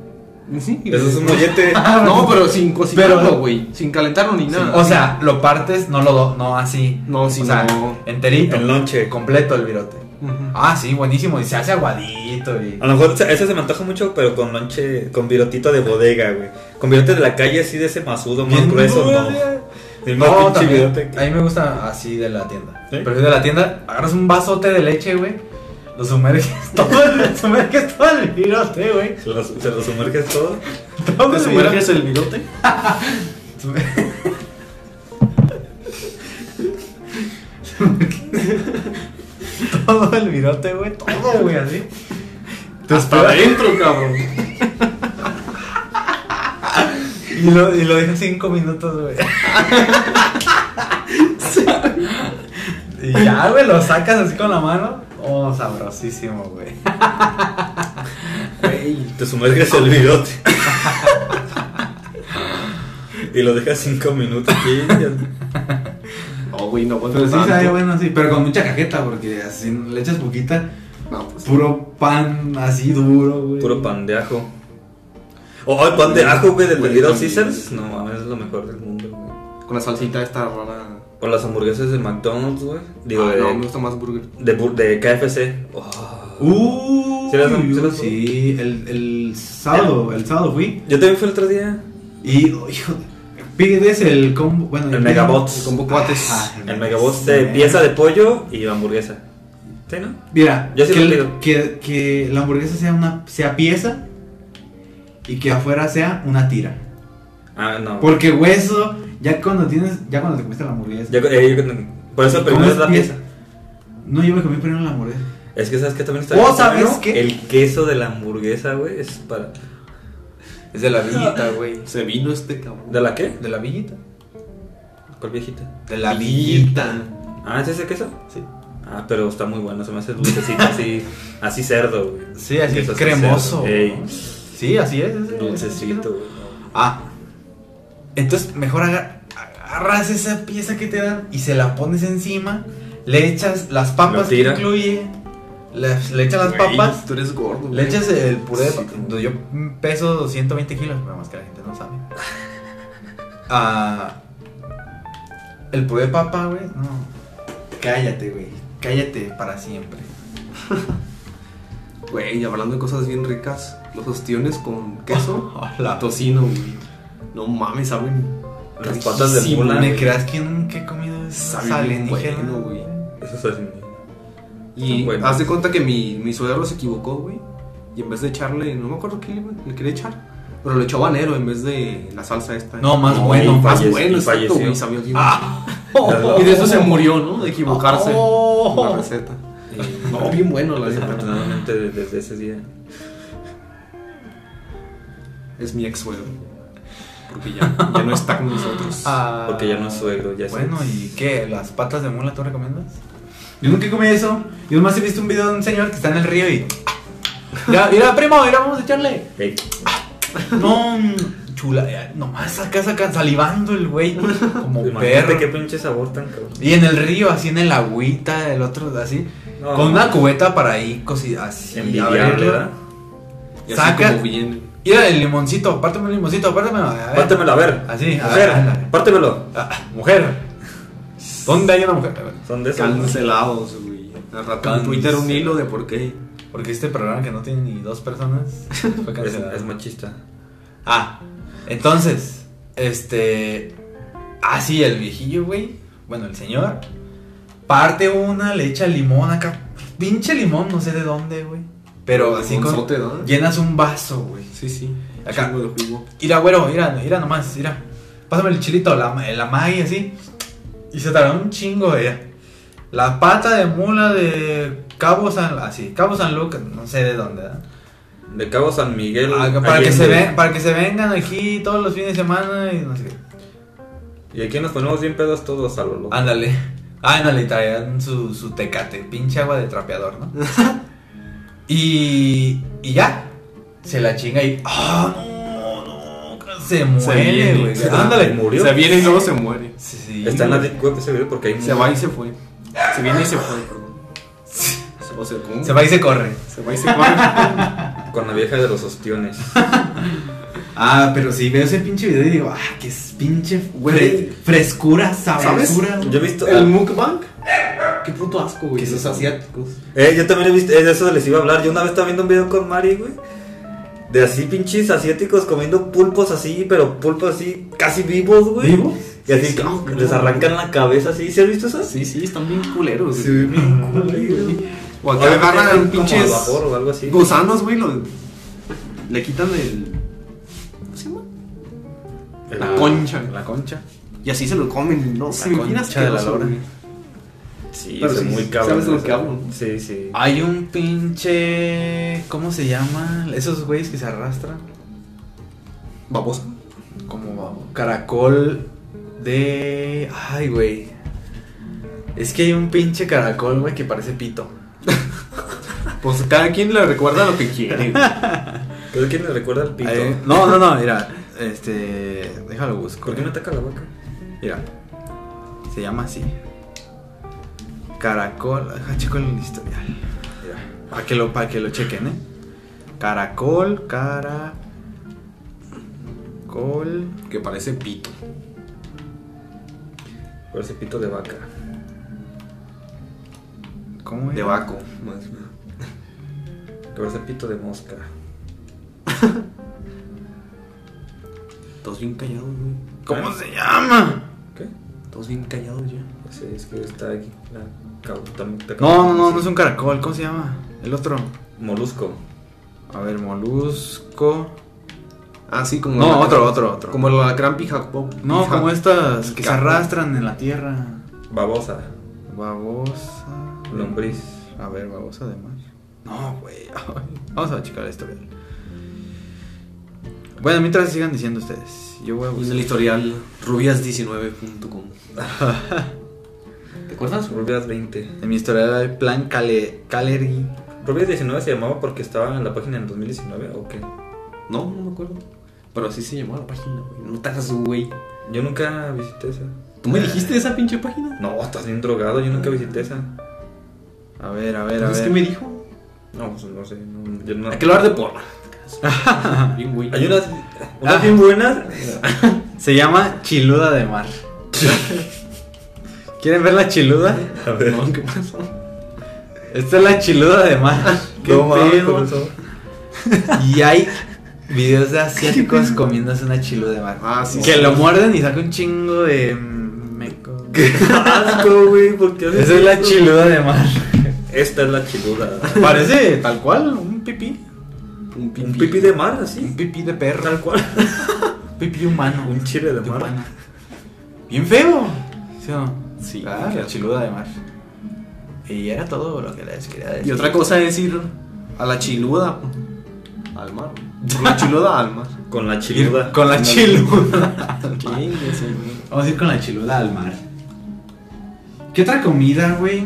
[SPEAKER 1] Sí,
[SPEAKER 2] Eso es un
[SPEAKER 1] güey.
[SPEAKER 2] mollete.
[SPEAKER 1] No, pero sin cocinarlo,
[SPEAKER 3] Ah, Pero-
[SPEAKER 1] güey. Sin calentarlo ni nada.
[SPEAKER 3] O sea, lo partes, no lo do- no así.
[SPEAKER 1] No, sí,
[SPEAKER 3] o sea,
[SPEAKER 1] no.
[SPEAKER 3] enterito.
[SPEAKER 2] El lonche.
[SPEAKER 3] Completo el virote.
[SPEAKER 1] Ujú.
[SPEAKER 3] Ah, sí, buenísimo. Y se hace aguadito y.
[SPEAKER 2] A lo mejor ese se me antoja mucho, pero con lonche, con virotito de bodega, güey. Con virote de la calle así de ese masudo, más
[SPEAKER 3] Bien
[SPEAKER 2] grueso, no.
[SPEAKER 3] duro,
[SPEAKER 2] El más
[SPEAKER 3] No,
[SPEAKER 2] pinche
[SPEAKER 3] también.
[SPEAKER 2] virote que-
[SPEAKER 3] A mí me gusta así de la tienda.
[SPEAKER 2] ¿Sí?
[SPEAKER 3] Prefiero de la tienda, agarras un vasote de leche, güey. Lo sumerges todo el, sumerges todo el virote, güey.
[SPEAKER 2] Se lo, se lo sumerges todo.
[SPEAKER 3] Todo
[SPEAKER 1] ¿Te
[SPEAKER 3] el
[SPEAKER 1] sumerges el bigote?
[SPEAKER 3] virote. Sumerges- todo el virote, güey. Todo, güey, así.
[SPEAKER 1] Hasta adentro, cabrón.
[SPEAKER 3] Y lo, y lo dejas cinco minutos, güey. Y ya, güey, lo sacas así con la mano. Oh, sabrosísimo, güey.
[SPEAKER 2] Te sumerges el virote. y lo dejas cinco minutos aquí.
[SPEAKER 1] No, güey, no aguanto
[SPEAKER 3] Pero sí
[SPEAKER 1] tanto.
[SPEAKER 3] sabe bueno, sí, pero con mucha cajeta, porque así le echas poquita,
[SPEAKER 1] No, pues.
[SPEAKER 3] puro pan así duro, güey.
[SPEAKER 2] Puro pan de ajo. Oh, el pan de ajo, güey, del
[SPEAKER 1] Güey,
[SPEAKER 2] Little
[SPEAKER 1] también.
[SPEAKER 2] Caesars. No, mames, es lo mejor del mundo, güey.
[SPEAKER 1] Con la salsita esta rara.
[SPEAKER 2] O las hamburguesas de McDonald's, güey. Digo,
[SPEAKER 1] Ah,
[SPEAKER 2] de,
[SPEAKER 1] no, me gusta más burger.
[SPEAKER 2] de, bur- de KFC. Oh.
[SPEAKER 4] Uh,
[SPEAKER 2] ¿Sí las- sí las-
[SPEAKER 4] sí, el, el sábado, el sábado fui
[SPEAKER 2] Yo también fui el otro día.
[SPEAKER 4] y oh, hijo, pides el combo, bueno,
[SPEAKER 2] El
[SPEAKER 4] pides-
[SPEAKER 2] Megabots.
[SPEAKER 1] Con cuates.
[SPEAKER 4] Ah,
[SPEAKER 2] El megaboss de pieza de pollo y hamburguesa. ¿Sí, no?
[SPEAKER 4] Mira,
[SPEAKER 2] Yo sí
[SPEAKER 4] que,
[SPEAKER 2] lo
[SPEAKER 4] el-
[SPEAKER 2] pido.
[SPEAKER 4] que, que la hamburguesa sea una sea pieza y que afuera sea una tira.
[SPEAKER 2] Ah, no.
[SPEAKER 4] Porque hueso, ya cuando tienes, ya cuando te comiste la hamburguesa.
[SPEAKER 2] Yo- eh, yo- por eso primero
[SPEAKER 4] comes
[SPEAKER 2] es la
[SPEAKER 4] pieza.
[SPEAKER 2] pieza.
[SPEAKER 4] No, yo me comí primero la hamburguesa.
[SPEAKER 2] Es que sabes que también está.
[SPEAKER 4] ¿Vos
[SPEAKER 2] bien
[SPEAKER 4] sabes
[SPEAKER 2] bueno?
[SPEAKER 4] qué?
[SPEAKER 2] El queso de la hamburguesa, güey, es para.
[SPEAKER 3] Es de la villita, güey.
[SPEAKER 1] Se vino este cabrón.
[SPEAKER 2] ¿De la qué?
[SPEAKER 3] De la villita.
[SPEAKER 2] ¿Cuál viejita?
[SPEAKER 3] De la villita.
[SPEAKER 2] Ah, ¿es ese queso?
[SPEAKER 3] Sí.
[SPEAKER 2] Ah, pero está muy bueno. Se me hace dulcecito así, así cerdo, güey.
[SPEAKER 3] Sí, así
[SPEAKER 2] Queso
[SPEAKER 3] cremoso.
[SPEAKER 2] cerdo. Ey,
[SPEAKER 3] Sí, así es. es- es-
[SPEAKER 2] dulcecito, güey.
[SPEAKER 3] Ah. Entonces, mejor aga- agarras esa pieza que te dan y se la pones encima. Le echas las
[SPEAKER 2] Lo
[SPEAKER 3] papas que
[SPEAKER 2] tira.
[SPEAKER 3] incluye. Le, le echas las
[SPEAKER 1] Güey,
[SPEAKER 3] papas.
[SPEAKER 1] Tú eres gordo.
[SPEAKER 3] Le
[SPEAKER 1] güey.
[SPEAKER 3] echas el puré de
[SPEAKER 1] Sí.
[SPEAKER 3] papa- Yo peso 220 kilos, nada más que la gente no sabe. Ah, el puré de papa, güey, no. Cállate, güey. Cállate para siempre.
[SPEAKER 1] Güey, y hablando de cosas bien ricas, los ostiones con queso,
[SPEAKER 3] Hola.
[SPEAKER 1] tocino, güey. No mames, saben
[SPEAKER 2] Las patas del
[SPEAKER 1] Riquísimo,
[SPEAKER 2] mula.
[SPEAKER 3] ¿Me
[SPEAKER 2] güey.
[SPEAKER 3] creas quién qué comida es
[SPEAKER 1] Sabe bien
[SPEAKER 3] alienígena?
[SPEAKER 1] bueno, güey.
[SPEAKER 2] Eso es así.
[SPEAKER 1] Y
[SPEAKER 2] Ah, bueno.
[SPEAKER 1] haz de cuenta que mi, mi suegro se equivocó, güey. Y en vez de echarle, no me acuerdo qué le, le quería echar, pero le echó banero en vez de la salsa esta.
[SPEAKER 3] No, más
[SPEAKER 2] No,
[SPEAKER 3] bueno.
[SPEAKER 2] y
[SPEAKER 1] más
[SPEAKER 2] falle- y
[SPEAKER 1] bueno, exacto,
[SPEAKER 2] falleció.
[SPEAKER 1] güey. Sabía que
[SPEAKER 3] Ah.
[SPEAKER 1] Y de eso se murió, ¿no? De equivocarse.
[SPEAKER 3] Oh.
[SPEAKER 1] La receta.
[SPEAKER 2] Y-
[SPEAKER 1] Ah, No, bien bueno, la verdad.
[SPEAKER 2] Desafortunadamente de- desde ese día.
[SPEAKER 1] Es mi ex suegro. Porque ya, ya no está con nosotros.
[SPEAKER 3] Ah.
[SPEAKER 2] Porque ya no es suegro, ya es
[SPEAKER 3] Bueno, ¿y qué? ¿Las patas de mula tú recomiendas? Yo nunca he comido eso. Yo nomás he visto un video de un señor que está en el río y. Mira, mira, primo, mira, vamos a echarle.
[SPEAKER 2] Ey,
[SPEAKER 3] No, mm, chula. eh, Nomás acá saca salivando el güey. Como
[SPEAKER 2] Imagínate
[SPEAKER 3] perro.
[SPEAKER 2] qué pinche sabor tan cabrón.
[SPEAKER 3] Y en el río, así en el agüita, del otro, así.
[SPEAKER 2] No,
[SPEAKER 3] con una cubeta para ahí, cosi- así.
[SPEAKER 2] Envidiable,
[SPEAKER 3] abrirlo.
[SPEAKER 2] ¿verdad?
[SPEAKER 1] y así
[SPEAKER 3] saca-
[SPEAKER 1] como viene.
[SPEAKER 3] Mira el limoncito, apártame el limoncito, apártamelo. a ver.
[SPEAKER 2] Pártemelo, a ver.
[SPEAKER 3] Así, a
[SPEAKER 2] a
[SPEAKER 3] ver, a ver.
[SPEAKER 2] ver. Pártemelo.
[SPEAKER 3] Ah, mujer. ¿Dónde hay una mujer? A ver.
[SPEAKER 2] Son de esos.
[SPEAKER 1] Cancelados, güey. Al rato en
[SPEAKER 3] Cancel-
[SPEAKER 1] Twitter un hilo de por qué.
[SPEAKER 3] Porque este programa que no tiene ni dos personas fue
[SPEAKER 2] Es,
[SPEAKER 3] cancelado.
[SPEAKER 2] es machista.
[SPEAKER 3] Ah, entonces, este. Ah, sí, el viejillo, güey. Bueno, el señor. Parte una, le echa limón acá. Pinche limón, no sé de dónde, güey. Pero así con.
[SPEAKER 1] Limonzote, ¿no?
[SPEAKER 3] Llenas un vaso, güey.
[SPEAKER 1] Sí, sí.
[SPEAKER 3] Acá.
[SPEAKER 1] Chingo de jugo.
[SPEAKER 3] Mira, güero, mira, mira nomás, mira. Pásame el chilito, la, la Maggi, así. Y se tardó un chingo ella. La pata de mula de Cabo San... Así, Cabo San Lucas, no sé de dónde, ¿verdad?
[SPEAKER 2] De Cabo San Miguel.
[SPEAKER 3] Ah, para, que
[SPEAKER 2] Allende.
[SPEAKER 3] se ven, para que se vengan aquí todos los fines de semana y no sé qué.
[SPEAKER 2] Y aquí nos ponemos bien pedos todos a lo loco.
[SPEAKER 3] Ándale. Ándale, Ah, traían su, su tecate, pinche agua de trapeador, ¿no? y, y ya. Se la chinga y. ¡Ah, no! no! Se muere,
[SPEAKER 1] viene.
[SPEAKER 3] güey.
[SPEAKER 1] Se-
[SPEAKER 3] Ándale.
[SPEAKER 2] murió.
[SPEAKER 1] Se viene y luego se muere.
[SPEAKER 3] Sí, sí,
[SPEAKER 2] Está en la
[SPEAKER 3] güey.
[SPEAKER 2] deep web ese video porque hay
[SPEAKER 1] Se va y se fue. Se viene y se fue, perdón. O sea, ¿cómo?
[SPEAKER 3] Se va y se corre.
[SPEAKER 1] Se va y se corre.
[SPEAKER 2] con la vieja de los ostiones.
[SPEAKER 3] Ah, pero sí, veo ese pinche video y digo, ah, que es pinche
[SPEAKER 1] Güey.
[SPEAKER 3] frescura,
[SPEAKER 1] sabrosura,
[SPEAKER 2] Yo he visto.
[SPEAKER 1] El mukbang. Qué puto asco, güey.
[SPEAKER 3] Que esos
[SPEAKER 1] asiáticos.
[SPEAKER 2] Eh, yo también he visto, eh, de eso les iba a hablar. Yo una vez estaba viendo un video con Mari, güey. De así pinches asiáticos comiendo pulpos así, pero pulpos así casi vivos, güey.
[SPEAKER 3] ¿Vivo?
[SPEAKER 2] Y así
[SPEAKER 1] Sí,
[SPEAKER 2] ¡ah!
[SPEAKER 1] sí.
[SPEAKER 2] les arrancan la cabeza así. ¿Sí has visto eso?
[SPEAKER 1] Sí, sí, están bien culeros. güey. O acá
[SPEAKER 2] Obviamente
[SPEAKER 1] agarran
[SPEAKER 2] hacen como al
[SPEAKER 1] pinches
[SPEAKER 2] vapor o algo así.
[SPEAKER 1] gusanos, güey. lo- Le quitan el. ¿Cómo se llama? La concha.
[SPEAKER 3] La concha.
[SPEAKER 1] Y así se lo comen. No sé, bien
[SPEAKER 3] concha de la
[SPEAKER 1] asqueroso,
[SPEAKER 3] lora.
[SPEAKER 1] güey.
[SPEAKER 2] Sí,
[SPEAKER 1] Pero
[SPEAKER 2] eso es
[SPEAKER 1] sí,
[SPEAKER 2] muy
[SPEAKER 1] sí,
[SPEAKER 2] cabrón.
[SPEAKER 1] sabes de lo
[SPEAKER 2] eso.
[SPEAKER 1] que hablo, ¿no?
[SPEAKER 2] Sí, sí.
[SPEAKER 3] Hay un pinche. ¿Cómo se llama? Esos güeyes que se arrastran.
[SPEAKER 1] Babosa.
[SPEAKER 3] Como caracol de. Ay, güey. Es que hay un pinche caracol, güey, que parece pito.
[SPEAKER 1] Pues cada quien le recuerda lo que quiere. güey.
[SPEAKER 2] Creo que me recuerda al pito.
[SPEAKER 1] eh.
[SPEAKER 3] Ay, no, no, no, mira. Este. Déjalo busco.
[SPEAKER 2] ¿Por qué
[SPEAKER 3] eh.
[SPEAKER 2] no ataca la vaca?
[SPEAKER 3] Mira. Se llama así. Caracol. Deja checo el historial. Mira. Para que lo, para que lo chequen, eh. Caracol, cara. Col.
[SPEAKER 1] Que parece pito.
[SPEAKER 2] Por ese pito de vaca.
[SPEAKER 3] ¿Cómo
[SPEAKER 1] De
[SPEAKER 3] era?
[SPEAKER 1] vaco. más bien.
[SPEAKER 2] Por ese pito de mosca.
[SPEAKER 1] Todos bien callados, güey.
[SPEAKER 3] ¿Cómo se llama?
[SPEAKER 2] Ah, ¿Qué?
[SPEAKER 1] Todos bien callados ya.
[SPEAKER 2] Sí, es que está aquí. La... cab- tam- te-
[SPEAKER 3] No, no, no, no es un caracol. ¿Cómo se llama? El otro.
[SPEAKER 2] Molusco.
[SPEAKER 3] A ver, molusco.
[SPEAKER 1] Ah, sí, como. el
[SPEAKER 3] No,
[SPEAKER 1] alacrán-
[SPEAKER 3] otro, otro, otro.
[SPEAKER 1] Como la gran pija pop.
[SPEAKER 3] No,
[SPEAKER 1] pija-
[SPEAKER 3] como este. estas que se
[SPEAKER 1] Pija-
[SPEAKER 3] arrastran en la tierra.
[SPEAKER 2] Babosa.
[SPEAKER 3] Babosa.
[SPEAKER 2] Lombriz.
[SPEAKER 3] A ver, babosa de mar. No, güey. ay. Vamos a checar la historia. Bueno, mientras sigan diciendo ustedes, yo voy a
[SPEAKER 1] Y En el
[SPEAKER 3] buscar.
[SPEAKER 1] historial, rubias19.com. ¿Te acuerdas?
[SPEAKER 2] Rubias 20.
[SPEAKER 3] En mi historial hay plan cale, Caleri.
[SPEAKER 2] Rubias 19 se llamaba porque estaba en la página en 2019 o qué.
[SPEAKER 1] No, no me acuerdo. Pero así se llamaba la página, güey. No te hagas, güey.
[SPEAKER 2] Yo nunca visité esa.
[SPEAKER 1] ¿Tú me dijiste esa pinche página?
[SPEAKER 2] No, estás bien drogado, yo nunca visité esa.
[SPEAKER 3] A ver, a ver, a
[SPEAKER 1] ¿Sabes
[SPEAKER 3] ver.
[SPEAKER 1] qué me dijo?
[SPEAKER 2] No, pues no sé. no, yo no-
[SPEAKER 1] Hay que hablar de porra. Bien, güey.
[SPEAKER 2] Hay unas, unas
[SPEAKER 3] Ah.
[SPEAKER 2] bien buenas.
[SPEAKER 3] Se llama Chiluda de Mar. ¿Quieren ver la chiluda?
[SPEAKER 2] A ver.
[SPEAKER 1] No, ¿qué pasó?
[SPEAKER 3] Esta es la chiluda de mar.
[SPEAKER 2] No mames,
[SPEAKER 3] pedo?
[SPEAKER 2] con eso.
[SPEAKER 3] Y hay Videos de asiáticos comiéndose una chilo de mar.
[SPEAKER 1] Ah, sí,
[SPEAKER 3] Que
[SPEAKER 1] sí.
[SPEAKER 3] lo muerden y saca un chingo de. mm, meco.
[SPEAKER 2] asco, güey, porque
[SPEAKER 3] Esa es la chiluda de mar.
[SPEAKER 2] Esta es la chiluda.
[SPEAKER 3] Parece tal cual, un pipí.
[SPEAKER 1] Un
[SPEAKER 2] Un pipí de mar, así.
[SPEAKER 3] Un pipí de perro.
[SPEAKER 2] Tal cual.
[SPEAKER 3] Pipí humano.
[SPEAKER 2] Un chile de
[SPEAKER 3] de
[SPEAKER 2] mar.
[SPEAKER 3] humano. Bien feo. ¿Sí o no?
[SPEAKER 1] Sí,
[SPEAKER 3] Ah, la chiluda de mar. Y era todo lo que les quería decir.
[SPEAKER 1] Y otra cosa es ir a la chiluda al mar. Por la chiluda al mar.
[SPEAKER 2] Con la
[SPEAKER 3] Ir
[SPEAKER 2] chiluda.
[SPEAKER 3] Con la
[SPEAKER 1] Ándale.
[SPEAKER 3] chiluda.
[SPEAKER 1] Chingue su madre.
[SPEAKER 3] Vamos a ir con la chiluda al mar. ¿Qué otra comida, güey?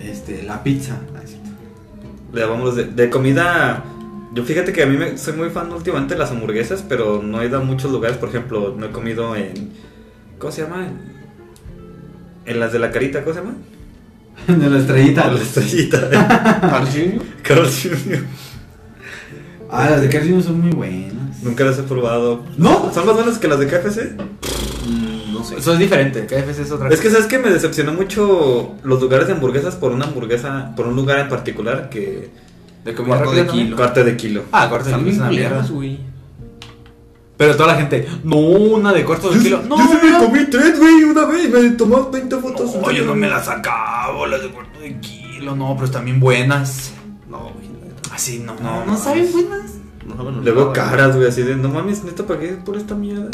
[SPEAKER 3] Este, la pizza. Ah, es cierto.
[SPEAKER 2] Le llamamos de, de comida. Yo fíjate que a mí me, soy muy fan últimamente de las hamburguesas, pero no he ido a muchos lugares. Por ejemplo, no he comido en. ¿Cómo se llama? En las de la carita, ¿cómo se llama?
[SPEAKER 3] De la estrellita.
[SPEAKER 2] En la estrellita.
[SPEAKER 1] Carl Jr.
[SPEAKER 2] Carl Jr.
[SPEAKER 3] Ah, las de Carl's son muy buenas.
[SPEAKER 2] Nunca las he probado.
[SPEAKER 3] ¿No?
[SPEAKER 2] ¿Son más buenas que las de KFC?
[SPEAKER 1] Mm, No sé.
[SPEAKER 3] Eso es diferente. KFC es otra
[SPEAKER 2] Es que sabes que me decepcionó mucho los lugares de hamburguesas por una hamburguesa, por un lugar en particular que
[SPEAKER 3] De comida
[SPEAKER 1] Cuarto
[SPEAKER 3] rápida
[SPEAKER 1] de
[SPEAKER 3] también.
[SPEAKER 1] kilo.
[SPEAKER 2] parte de kilo.
[SPEAKER 3] Ah, corte de
[SPEAKER 1] Están
[SPEAKER 3] kilo es
[SPEAKER 1] bien
[SPEAKER 3] una mierda.
[SPEAKER 1] culeras, güey.
[SPEAKER 3] Pero toda la gente, no, una de corto de kilo. No, no,
[SPEAKER 2] comí tres, güey, una vez, me tomó 20 fotos.
[SPEAKER 3] no, yo no me las sacaba, las de cuarto de kilo. No, pero están bien buenas.
[SPEAKER 1] No, güey. la neta. Pues,
[SPEAKER 3] Así no.
[SPEAKER 2] No,
[SPEAKER 3] no
[SPEAKER 2] no.
[SPEAKER 3] saben buenas.
[SPEAKER 1] No saben a
[SPEAKER 2] Luego
[SPEAKER 1] nada,
[SPEAKER 2] caras, güey, así de, no mames, neta, ¿para qué por esta mierda?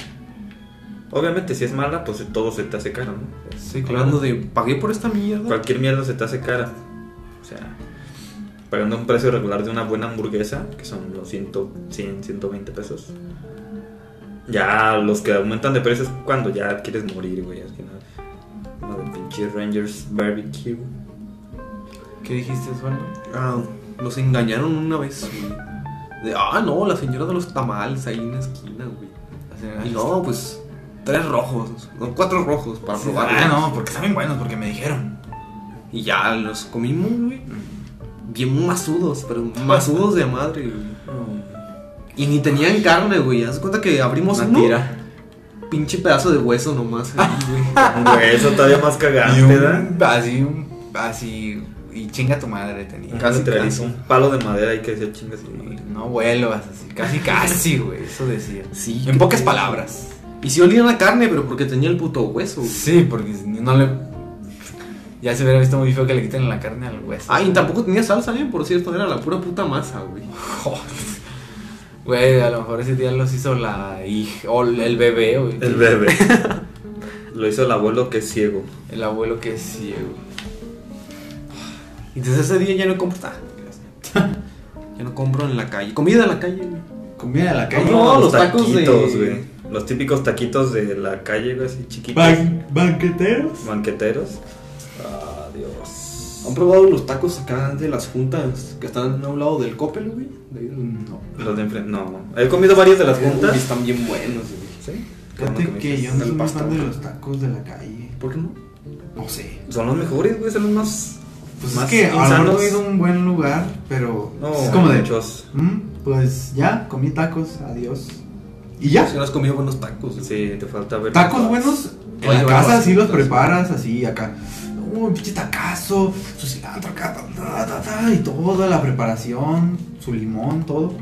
[SPEAKER 2] Obviamente, si es mala, pues todo se te hace cara, ¿no?
[SPEAKER 3] Sí,
[SPEAKER 1] güey. Hablando de, pagué por esta mierda.
[SPEAKER 2] Cualquier mierda se te hace cara. O sea, pagando un precio regular de una buena hamburguesa, que son los 100, 100 120 pesos. Ya los que aumentan de precio es cuando ya quieres morir, güey. Al final, Madre pinche Rangers Barbecue.
[SPEAKER 3] ¿Qué dijiste, Osvaldo?
[SPEAKER 1] Ah, nos engañaron una vez, güey. De, ah, no, la señora de los tamales ahí en la esquina, güey.
[SPEAKER 3] Ah,
[SPEAKER 1] Y no, pues tres rojos, no, cuatro rojos para
[SPEAKER 3] Sí,
[SPEAKER 1] probar.
[SPEAKER 3] ah, no, porque saben buenos, porque me dijeron.
[SPEAKER 1] Y ya los comimos, güey. Bien masudos, pero masudos de madre, güey. Y ni tenían carne, güey. Haz de cuenta que abrimos uno,
[SPEAKER 3] Mentira.
[SPEAKER 1] pinche pedazo de hueso nomás, ahí, güey.
[SPEAKER 2] Güey, eso todavía más
[SPEAKER 3] Y
[SPEAKER 2] cagante, ¿verdad?
[SPEAKER 3] un, así, un, así, y chinga tu madre tenía.
[SPEAKER 2] Casi te
[SPEAKER 3] casi.
[SPEAKER 2] realizo un palo de madera y que decía chingas.
[SPEAKER 3] No vuelvas, así, casi, casi, güey, eso decía.
[SPEAKER 1] Sí.
[SPEAKER 3] En pocas palabras.
[SPEAKER 1] Y sí olía la carne, pero porque tenía el puto hueso, güey.
[SPEAKER 3] Sí, porque si no le... Ya se hubiera visto muy feo que le quiten la carne al hueso.
[SPEAKER 1] Ah, y tampoco tenía salsa, ¿eh? Por cierto, era la pura puta masa, güey.
[SPEAKER 3] Güey, a lo mejor ese día los hizo la hija, o el bebé, güey.
[SPEAKER 2] El bebé. Lo hizo el abuelo que es ciego.
[SPEAKER 3] El abuelo que es ciego.
[SPEAKER 1] Y desde ese día ya no compro. Ah, gracias. ya no compro en la calle. Comida en la calle, güey.
[SPEAKER 3] Comida de la
[SPEAKER 1] calle.
[SPEAKER 2] No,
[SPEAKER 1] No, los
[SPEAKER 2] los
[SPEAKER 1] tacos
[SPEAKER 2] taquitos,
[SPEAKER 1] de-
[SPEAKER 2] güey. Los típicos taquitos de la calle, güey, así chiquitos.
[SPEAKER 3] banqueteros.
[SPEAKER 2] Banqueteros. Ah, Dios.
[SPEAKER 1] ¿Han probado los tacos acá de las juntas que están a un lado del Coppel, güey? De ahí del-
[SPEAKER 3] No.
[SPEAKER 2] Los de enfrente. No. He comido varias de las
[SPEAKER 1] Uy,
[SPEAKER 2] juntas.
[SPEAKER 1] Están bien buenos, güey.
[SPEAKER 2] Sí.
[SPEAKER 5] Fíjate que yo no
[SPEAKER 1] El
[SPEAKER 5] soy muy
[SPEAKER 1] pastor.
[SPEAKER 5] fan de los tacos de la calle.
[SPEAKER 1] ¿Por qué no?
[SPEAKER 5] No sé.
[SPEAKER 2] Son los mejores, güey. Son los más.
[SPEAKER 5] Pues
[SPEAKER 2] más
[SPEAKER 5] es que ahora
[SPEAKER 2] insanos.
[SPEAKER 5] no he ido a un buen lugar, pero
[SPEAKER 2] No,
[SPEAKER 5] es como de.
[SPEAKER 2] muchos.
[SPEAKER 5] "Mm, pues ya, comí tacos, adiós. Y ya.
[SPEAKER 1] Si no has comido buenos tacos, güey.
[SPEAKER 2] Sí, te falta ver.
[SPEAKER 5] Tacos buenos en
[SPEAKER 1] Oye,
[SPEAKER 5] la casa,
[SPEAKER 1] vas,
[SPEAKER 5] así los
[SPEAKER 1] vas.
[SPEAKER 5] preparas, así acá. Un pinche tacazo, su cilantro acá, ta, ta, ta, ta, y toda la preparación, su limón, todo.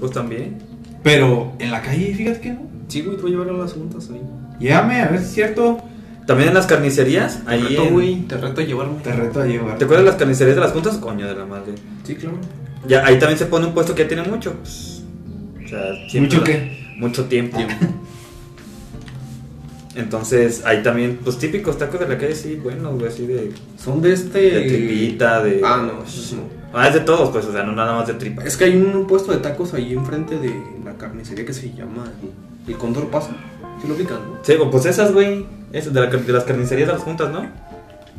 [SPEAKER 2] Pues también.
[SPEAKER 5] Pero en la calle, fíjate que no.
[SPEAKER 1] Sí, güey, te voy a llevar a las juntas ahí.
[SPEAKER 5] Llévame, a ver si es cierto.
[SPEAKER 2] También en las carnicerías.
[SPEAKER 1] Te
[SPEAKER 2] Ahí.
[SPEAKER 1] reto,
[SPEAKER 2] en-
[SPEAKER 1] güey. Te reto a llevarme.
[SPEAKER 5] Te reto a llevar.
[SPEAKER 2] ¿Te acuerdas de las carnicerías de las juntas? Coño de la madre.
[SPEAKER 1] Sí, claro.
[SPEAKER 2] Ya, ahí también se pone un puesto que ya tiene mucho. pues, o sea, siempre
[SPEAKER 5] ¿Mucho
[SPEAKER 2] la-
[SPEAKER 5] qué?
[SPEAKER 2] Mucho tiempo. Entonces, ahí también, pues típicos tacos de la calle, sí, buenos, güey, así de,
[SPEAKER 1] Son de este.
[SPEAKER 2] de tripita, de.
[SPEAKER 1] Ah, no, esos no.
[SPEAKER 2] Ah, es de todos, pues, o sea, no nada más de tripa.
[SPEAKER 1] Es que hay un puesto de tacos ahí enfrente de la carnicería que se llama El Cóndor Paso. Sí lo pican, ¿no?
[SPEAKER 2] Sí, pues esas, güey, esas de, la car- de las carnicerías de las juntas, ¿no?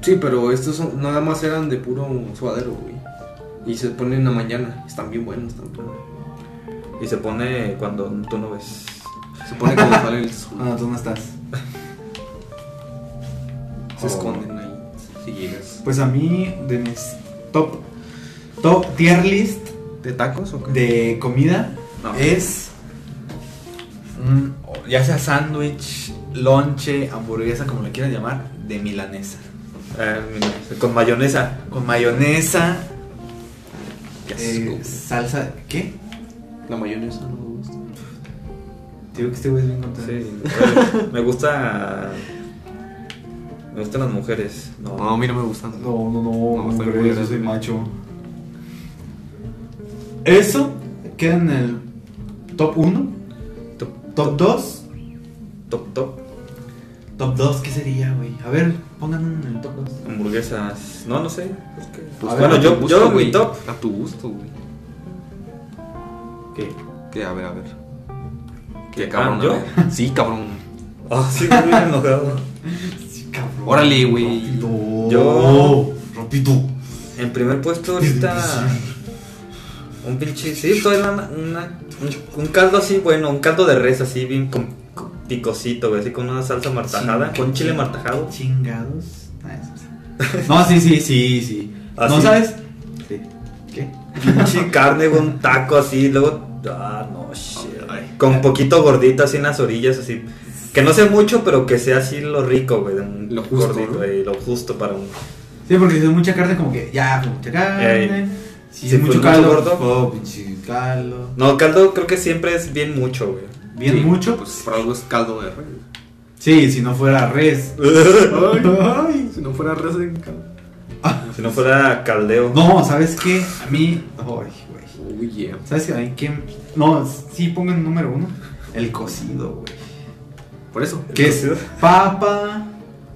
[SPEAKER 1] Sí, pero estos son- nada más eran de puro suadero, güey. Y se ponen en la mañana. Están bien buenos, están buenos.
[SPEAKER 2] Y se pone cuando tú no ves.
[SPEAKER 1] Se pone cuando sale el sol.
[SPEAKER 5] Ah, no, tú no estás.
[SPEAKER 1] Se
[SPEAKER 2] Oh.
[SPEAKER 1] esconden ahí. Si llegas.
[SPEAKER 5] Pues a mí, de mis top, top tier list
[SPEAKER 1] ¿De tacos o qué?
[SPEAKER 5] de comida
[SPEAKER 1] No.
[SPEAKER 5] es.
[SPEAKER 3] Un- o ya sea sándwich, lonche, hamburguesa, como le quieras llamar, de milanesa.
[SPEAKER 2] Ah, mira, con mayonesa.
[SPEAKER 3] Con mayonesa,
[SPEAKER 1] Qué asco,
[SPEAKER 5] eh,
[SPEAKER 1] güey.
[SPEAKER 5] salsa. ¿Qué?
[SPEAKER 1] La mayonesa no me gusta.
[SPEAKER 5] Te digo que este güey es bien contento.
[SPEAKER 2] Sí. Oye, me gusta. Me gustan las mujeres. No.
[SPEAKER 1] No, a mí no me gustan.
[SPEAKER 5] No, no, no,
[SPEAKER 1] No, estoy
[SPEAKER 5] hombre,
[SPEAKER 1] muy
[SPEAKER 5] yo soy
[SPEAKER 1] grande.
[SPEAKER 5] macho. Eso queda en el top 1,
[SPEAKER 2] Top,
[SPEAKER 5] top 2.
[SPEAKER 2] top, top.
[SPEAKER 5] Top 2, ¿qué sería, güey? A ver, pongan uno en el top 2.
[SPEAKER 2] Hamburguesas. No, no sé. es que- Ah,
[SPEAKER 1] Pues
[SPEAKER 5] A
[SPEAKER 1] bueno,
[SPEAKER 5] ver,
[SPEAKER 1] yo,
[SPEAKER 2] gusto,
[SPEAKER 1] yo,
[SPEAKER 2] güey.
[SPEAKER 1] mi top. A tu gusto, güey.
[SPEAKER 5] ¿Qué?
[SPEAKER 1] Que, a ver, a ver.
[SPEAKER 2] ¿Qué,
[SPEAKER 1] Que cabrón,
[SPEAKER 2] ah, yo?
[SPEAKER 1] a ver. Sí, cabrón.
[SPEAKER 2] Ah, sí, me hubiera enojado.
[SPEAKER 5] Sí, cabrón.
[SPEAKER 1] Órale, güey.
[SPEAKER 5] Rápido.
[SPEAKER 2] Yo-
[SPEAKER 5] Rápido.
[SPEAKER 2] En primer puesto ahorita. Un pinche. Sí, todo era una, una- un, un caldo así, bueno, un caldo de res así, bien con, con picosito, güey, así con una salsa martajada,
[SPEAKER 5] Sí.
[SPEAKER 2] con chile martajado.
[SPEAKER 5] Chingados. Ah, eso sí. No, sí, sí, sí, sí.
[SPEAKER 2] Ah,
[SPEAKER 5] ¿No
[SPEAKER 2] sí.
[SPEAKER 5] sabes? Sí. ¿Qué?
[SPEAKER 2] Pinche carne, güey, un taco así, luego. Ah, no, shit.
[SPEAKER 1] Ay.
[SPEAKER 2] Con poquito gordito así en las orillas, así. Que no sea mucho, pero que sea así lo rico, güey. de un
[SPEAKER 1] Lo justo,
[SPEAKER 2] gordito,
[SPEAKER 1] ¿no?
[SPEAKER 2] güey, lo justo para un.
[SPEAKER 5] Sí, porque si es mucha carne, como que ya, fue mucha carne.
[SPEAKER 2] Ey.
[SPEAKER 5] Si
[SPEAKER 2] Sí,
[SPEAKER 5] es mucho
[SPEAKER 2] fue mucho
[SPEAKER 5] caldo,
[SPEAKER 2] gordo.
[SPEAKER 5] fue pinche caldo.
[SPEAKER 2] No, caldo creo que siempre es bien mucho, güey.
[SPEAKER 5] Bien
[SPEAKER 1] Sí,
[SPEAKER 5] mucho.
[SPEAKER 1] Pues por algo es caldo de res.
[SPEAKER 5] Sí, si no fuera res.
[SPEAKER 1] Ay, si no fuera res en caldo.
[SPEAKER 2] Si no fuera caldeo.
[SPEAKER 5] No, ¿sabes qué? A mí. Ay, güey.
[SPEAKER 1] Uy, yeah.
[SPEAKER 5] ¿Sabes qué? A mí qué? No, sí pongan número uno. El cocido, güey.
[SPEAKER 1] Por eso.
[SPEAKER 5] ¿Qué es?
[SPEAKER 2] cocido?
[SPEAKER 5] Papa,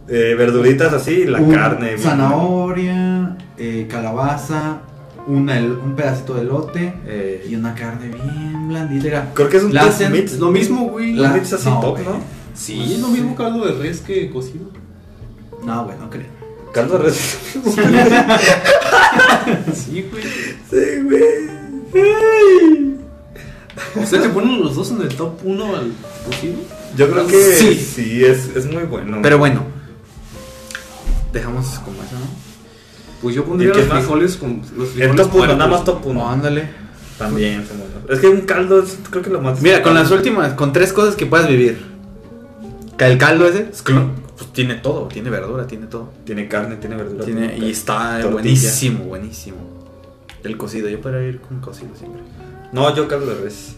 [SPEAKER 2] Eh, verduritas así, la
[SPEAKER 5] un-
[SPEAKER 2] carne, güey.
[SPEAKER 5] zanahoria, eh, calabaza, una el- un pedacito de elote
[SPEAKER 2] Eh,
[SPEAKER 5] y una carne bien blandita. Era-
[SPEAKER 2] creo que es un
[SPEAKER 5] La
[SPEAKER 2] top
[SPEAKER 5] hacen-
[SPEAKER 2] meat.
[SPEAKER 1] Es lo mismo, güey.
[SPEAKER 2] La
[SPEAKER 5] La-
[SPEAKER 2] meat es así
[SPEAKER 5] no,
[SPEAKER 2] top,
[SPEAKER 5] güey.
[SPEAKER 2] ¿no?
[SPEAKER 1] Sí, es lo mismo caldo de res que cocido.
[SPEAKER 5] No, güey, no creo.
[SPEAKER 2] Caldo de res.
[SPEAKER 1] Sí, güey.
[SPEAKER 2] sí, güey.
[SPEAKER 1] ¿Ustedes se ponen los dos en el top 1 al cocido?
[SPEAKER 2] Yo creo que sí,
[SPEAKER 5] Sí.
[SPEAKER 2] es, es muy bueno.
[SPEAKER 5] Pero bueno, dejamos como eso, ¿no?
[SPEAKER 1] Pues yo pondría
[SPEAKER 2] ¿Y qué
[SPEAKER 1] los
[SPEAKER 2] más?
[SPEAKER 1] frijoles con los frijoles.
[SPEAKER 2] el top 1,
[SPEAKER 1] muertos.
[SPEAKER 2] nada más top 1.
[SPEAKER 5] No, ándale.
[SPEAKER 2] También, se muere. es que un caldo es creo que lo más.
[SPEAKER 3] Mira, con las últimas, con tres cosas que puedas vivir. Que El caldo ese, es cl- pues tiene todo, tiene verdura, tiene todo.
[SPEAKER 2] Tiene carne, tiene verdura.
[SPEAKER 3] Tiene, y está
[SPEAKER 2] Tortilla.
[SPEAKER 3] buenísimo, buenísimo. El cocido, yo para ir con cocido siempre.
[SPEAKER 2] No, yo caldo de res.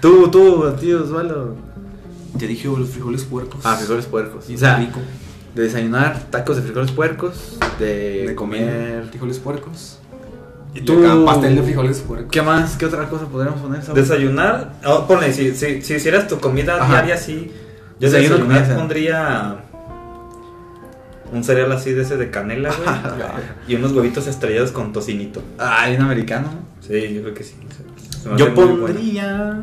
[SPEAKER 3] Tú, tú, tío Osvaldo.
[SPEAKER 1] Te dije los frijoles puercos.
[SPEAKER 3] Ah, frijoles puercos.
[SPEAKER 1] Sí,
[SPEAKER 3] o sea,
[SPEAKER 1] rico.
[SPEAKER 3] de desayunar tacos de frijoles puercos, de,
[SPEAKER 1] De comer
[SPEAKER 3] comer.
[SPEAKER 1] frijoles puercos.
[SPEAKER 3] Y
[SPEAKER 1] Y
[SPEAKER 3] tú-
[SPEAKER 1] acá pastel de frijoles puercos.
[SPEAKER 3] ¿Qué más? ¿Qué otra cosa podríamos poner? Saúl?
[SPEAKER 2] Desayunar, oh, ponle, si, si, si hicieras tu comida
[SPEAKER 3] Ajá.
[SPEAKER 2] diaria así, yo
[SPEAKER 3] Desayuno,
[SPEAKER 2] desayunar
[SPEAKER 3] comida.
[SPEAKER 2] pondría un cereal así de ese de canela, güey, y unos huevitos estrellados con tocinito.
[SPEAKER 3] Ah, bien americano. ¿no?
[SPEAKER 2] Sí, yo creo que sí. se me hace
[SPEAKER 3] Yo
[SPEAKER 2] muy bueno.
[SPEAKER 3] pondría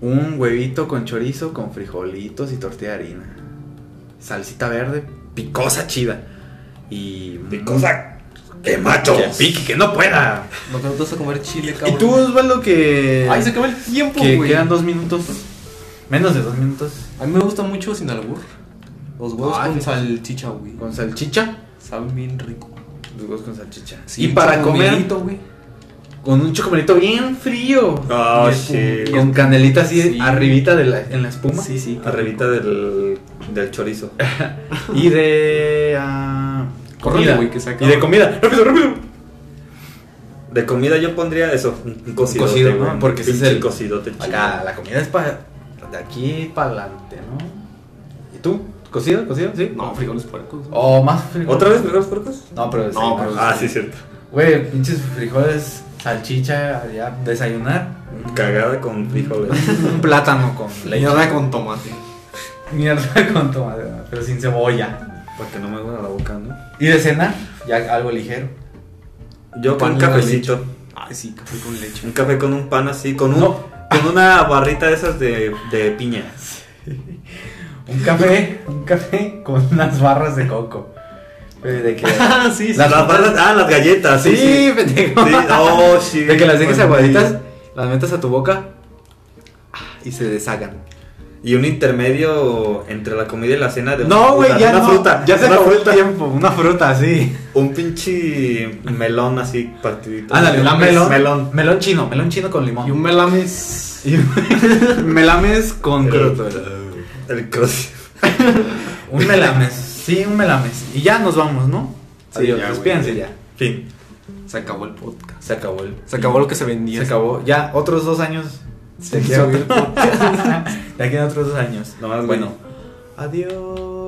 [SPEAKER 3] un huevito con chorizo, con frijolitos y tortilla de harina. Salsita verde, picosa chida. Y.
[SPEAKER 2] Picosa, ¡Qué
[SPEAKER 3] Que
[SPEAKER 2] macho!
[SPEAKER 3] pique, que no pueda.
[SPEAKER 1] No te vas a comer chile,
[SPEAKER 3] Y tú, Osvaldo, que.
[SPEAKER 1] Ay, se acaba el tiempo,
[SPEAKER 3] que
[SPEAKER 1] güey.
[SPEAKER 3] quedan dos minutos. Menos de dos minutos.
[SPEAKER 1] A mí me gusta mucho sin albur. Los huevos
[SPEAKER 3] Ay,
[SPEAKER 1] con
[SPEAKER 3] sí.
[SPEAKER 1] salchicha, güey.
[SPEAKER 3] Con salchicha.
[SPEAKER 1] Saben bien rico.
[SPEAKER 3] Los huevos con salchicha.
[SPEAKER 1] Sí,
[SPEAKER 3] y para
[SPEAKER 1] con
[SPEAKER 3] comer,
[SPEAKER 1] milito, güey.
[SPEAKER 3] con un chocomelito bien frío.
[SPEAKER 2] Ah,
[SPEAKER 1] Y es
[SPEAKER 2] sí.
[SPEAKER 1] un-
[SPEAKER 3] Con canelita así
[SPEAKER 1] Sí.
[SPEAKER 3] arribita de la, en la espuma.
[SPEAKER 1] Sí, sí.
[SPEAKER 2] Arribita del, del chorizo.
[SPEAKER 3] Y de. ah,
[SPEAKER 1] Córrele,
[SPEAKER 3] comida.
[SPEAKER 1] güey, que se
[SPEAKER 3] y
[SPEAKER 1] acaba.
[SPEAKER 3] de comida. Rápido, rápido.
[SPEAKER 2] De comida yo pondría eso, un un cocidote,
[SPEAKER 3] cocido,
[SPEAKER 2] güey,
[SPEAKER 3] ¿no? Porque ese es
[SPEAKER 2] pinche
[SPEAKER 3] el-
[SPEAKER 2] cocidote chido.
[SPEAKER 3] Acá, la comida es para. De aquí para adelante, ¿no? ¿Y tú? ¿Cocido? ¿Cocido? ¿Sí?
[SPEAKER 1] No, frijoles puercos. güey.
[SPEAKER 3] ¿O más frijoles?
[SPEAKER 2] ¿Otra vez frijoles puercos?
[SPEAKER 3] No, pero.
[SPEAKER 1] No,
[SPEAKER 3] desayunar.
[SPEAKER 1] pero-
[SPEAKER 2] Ah, sí, cierto.
[SPEAKER 3] Güey, pinches frijoles, salchicha, ya, desayunar.
[SPEAKER 2] Cagada con frijoles.
[SPEAKER 3] Un plátano con leche.
[SPEAKER 1] Leñada con tomate.
[SPEAKER 3] Mierda con tomate, ¿no? pero sin cebolla.
[SPEAKER 2] Porque no me huela la boca, ¿no?
[SPEAKER 3] Y de cena, ya algo ligero.
[SPEAKER 2] Yo con
[SPEAKER 1] Pan
[SPEAKER 2] un
[SPEAKER 1] con
[SPEAKER 2] cafecito.
[SPEAKER 1] Ay, sí, café con leche.
[SPEAKER 2] Un café con un pan así, con un,
[SPEAKER 3] No.
[SPEAKER 2] con una barrita de esas de, de piña.
[SPEAKER 3] Un café, un café con unas barras de coco. Güey, De que.
[SPEAKER 2] Ah, sí,
[SPEAKER 3] sí.
[SPEAKER 2] Las, barras, ah, las galletas, sí.
[SPEAKER 3] sí,
[SPEAKER 2] Sí,
[SPEAKER 3] pendejo.
[SPEAKER 2] Sí, oh, sí.
[SPEAKER 3] De que las dejes
[SPEAKER 2] Bueno,
[SPEAKER 3] aguaditas, las metas a tu boca ah, y se deshagan.
[SPEAKER 2] Y un intermedio entre la comida y la cena de una
[SPEAKER 3] No, güey,
[SPEAKER 2] fruta,
[SPEAKER 3] ya
[SPEAKER 2] una
[SPEAKER 3] no.
[SPEAKER 2] fruta.
[SPEAKER 3] ya se
[SPEAKER 2] una
[SPEAKER 3] acabó el
[SPEAKER 2] fruta.
[SPEAKER 3] tiempo. Una fruta, sí.
[SPEAKER 2] Un pinche melón así partidito.
[SPEAKER 3] Ándale,
[SPEAKER 2] Un
[SPEAKER 3] un melón.
[SPEAKER 2] Melón.
[SPEAKER 3] Melón chino, melón chino con limón.
[SPEAKER 1] Y un melames.
[SPEAKER 3] Y un- melames con croto.
[SPEAKER 2] El, el cross.
[SPEAKER 3] Un melames. Sí, un melames. Y ya nos vamos, ¿no?
[SPEAKER 1] Sí,
[SPEAKER 3] Adiós,
[SPEAKER 1] ya, güey,
[SPEAKER 3] despídense
[SPEAKER 1] ya.
[SPEAKER 3] ya.
[SPEAKER 2] Fin.
[SPEAKER 1] Se acabó el podcast.
[SPEAKER 3] Se acabó el.
[SPEAKER 1] Se acabó lo que se vendía.
[SPEAKER 3] Se acabó. Ya, otros dos años. De aquí a,
[SPEAKER 1] Subir
[SPEAKER 3] de aquí a otros dos años.
[SPEAKER 2] Nomás, güey.
[SPEAKER 3] bueno. Adiós.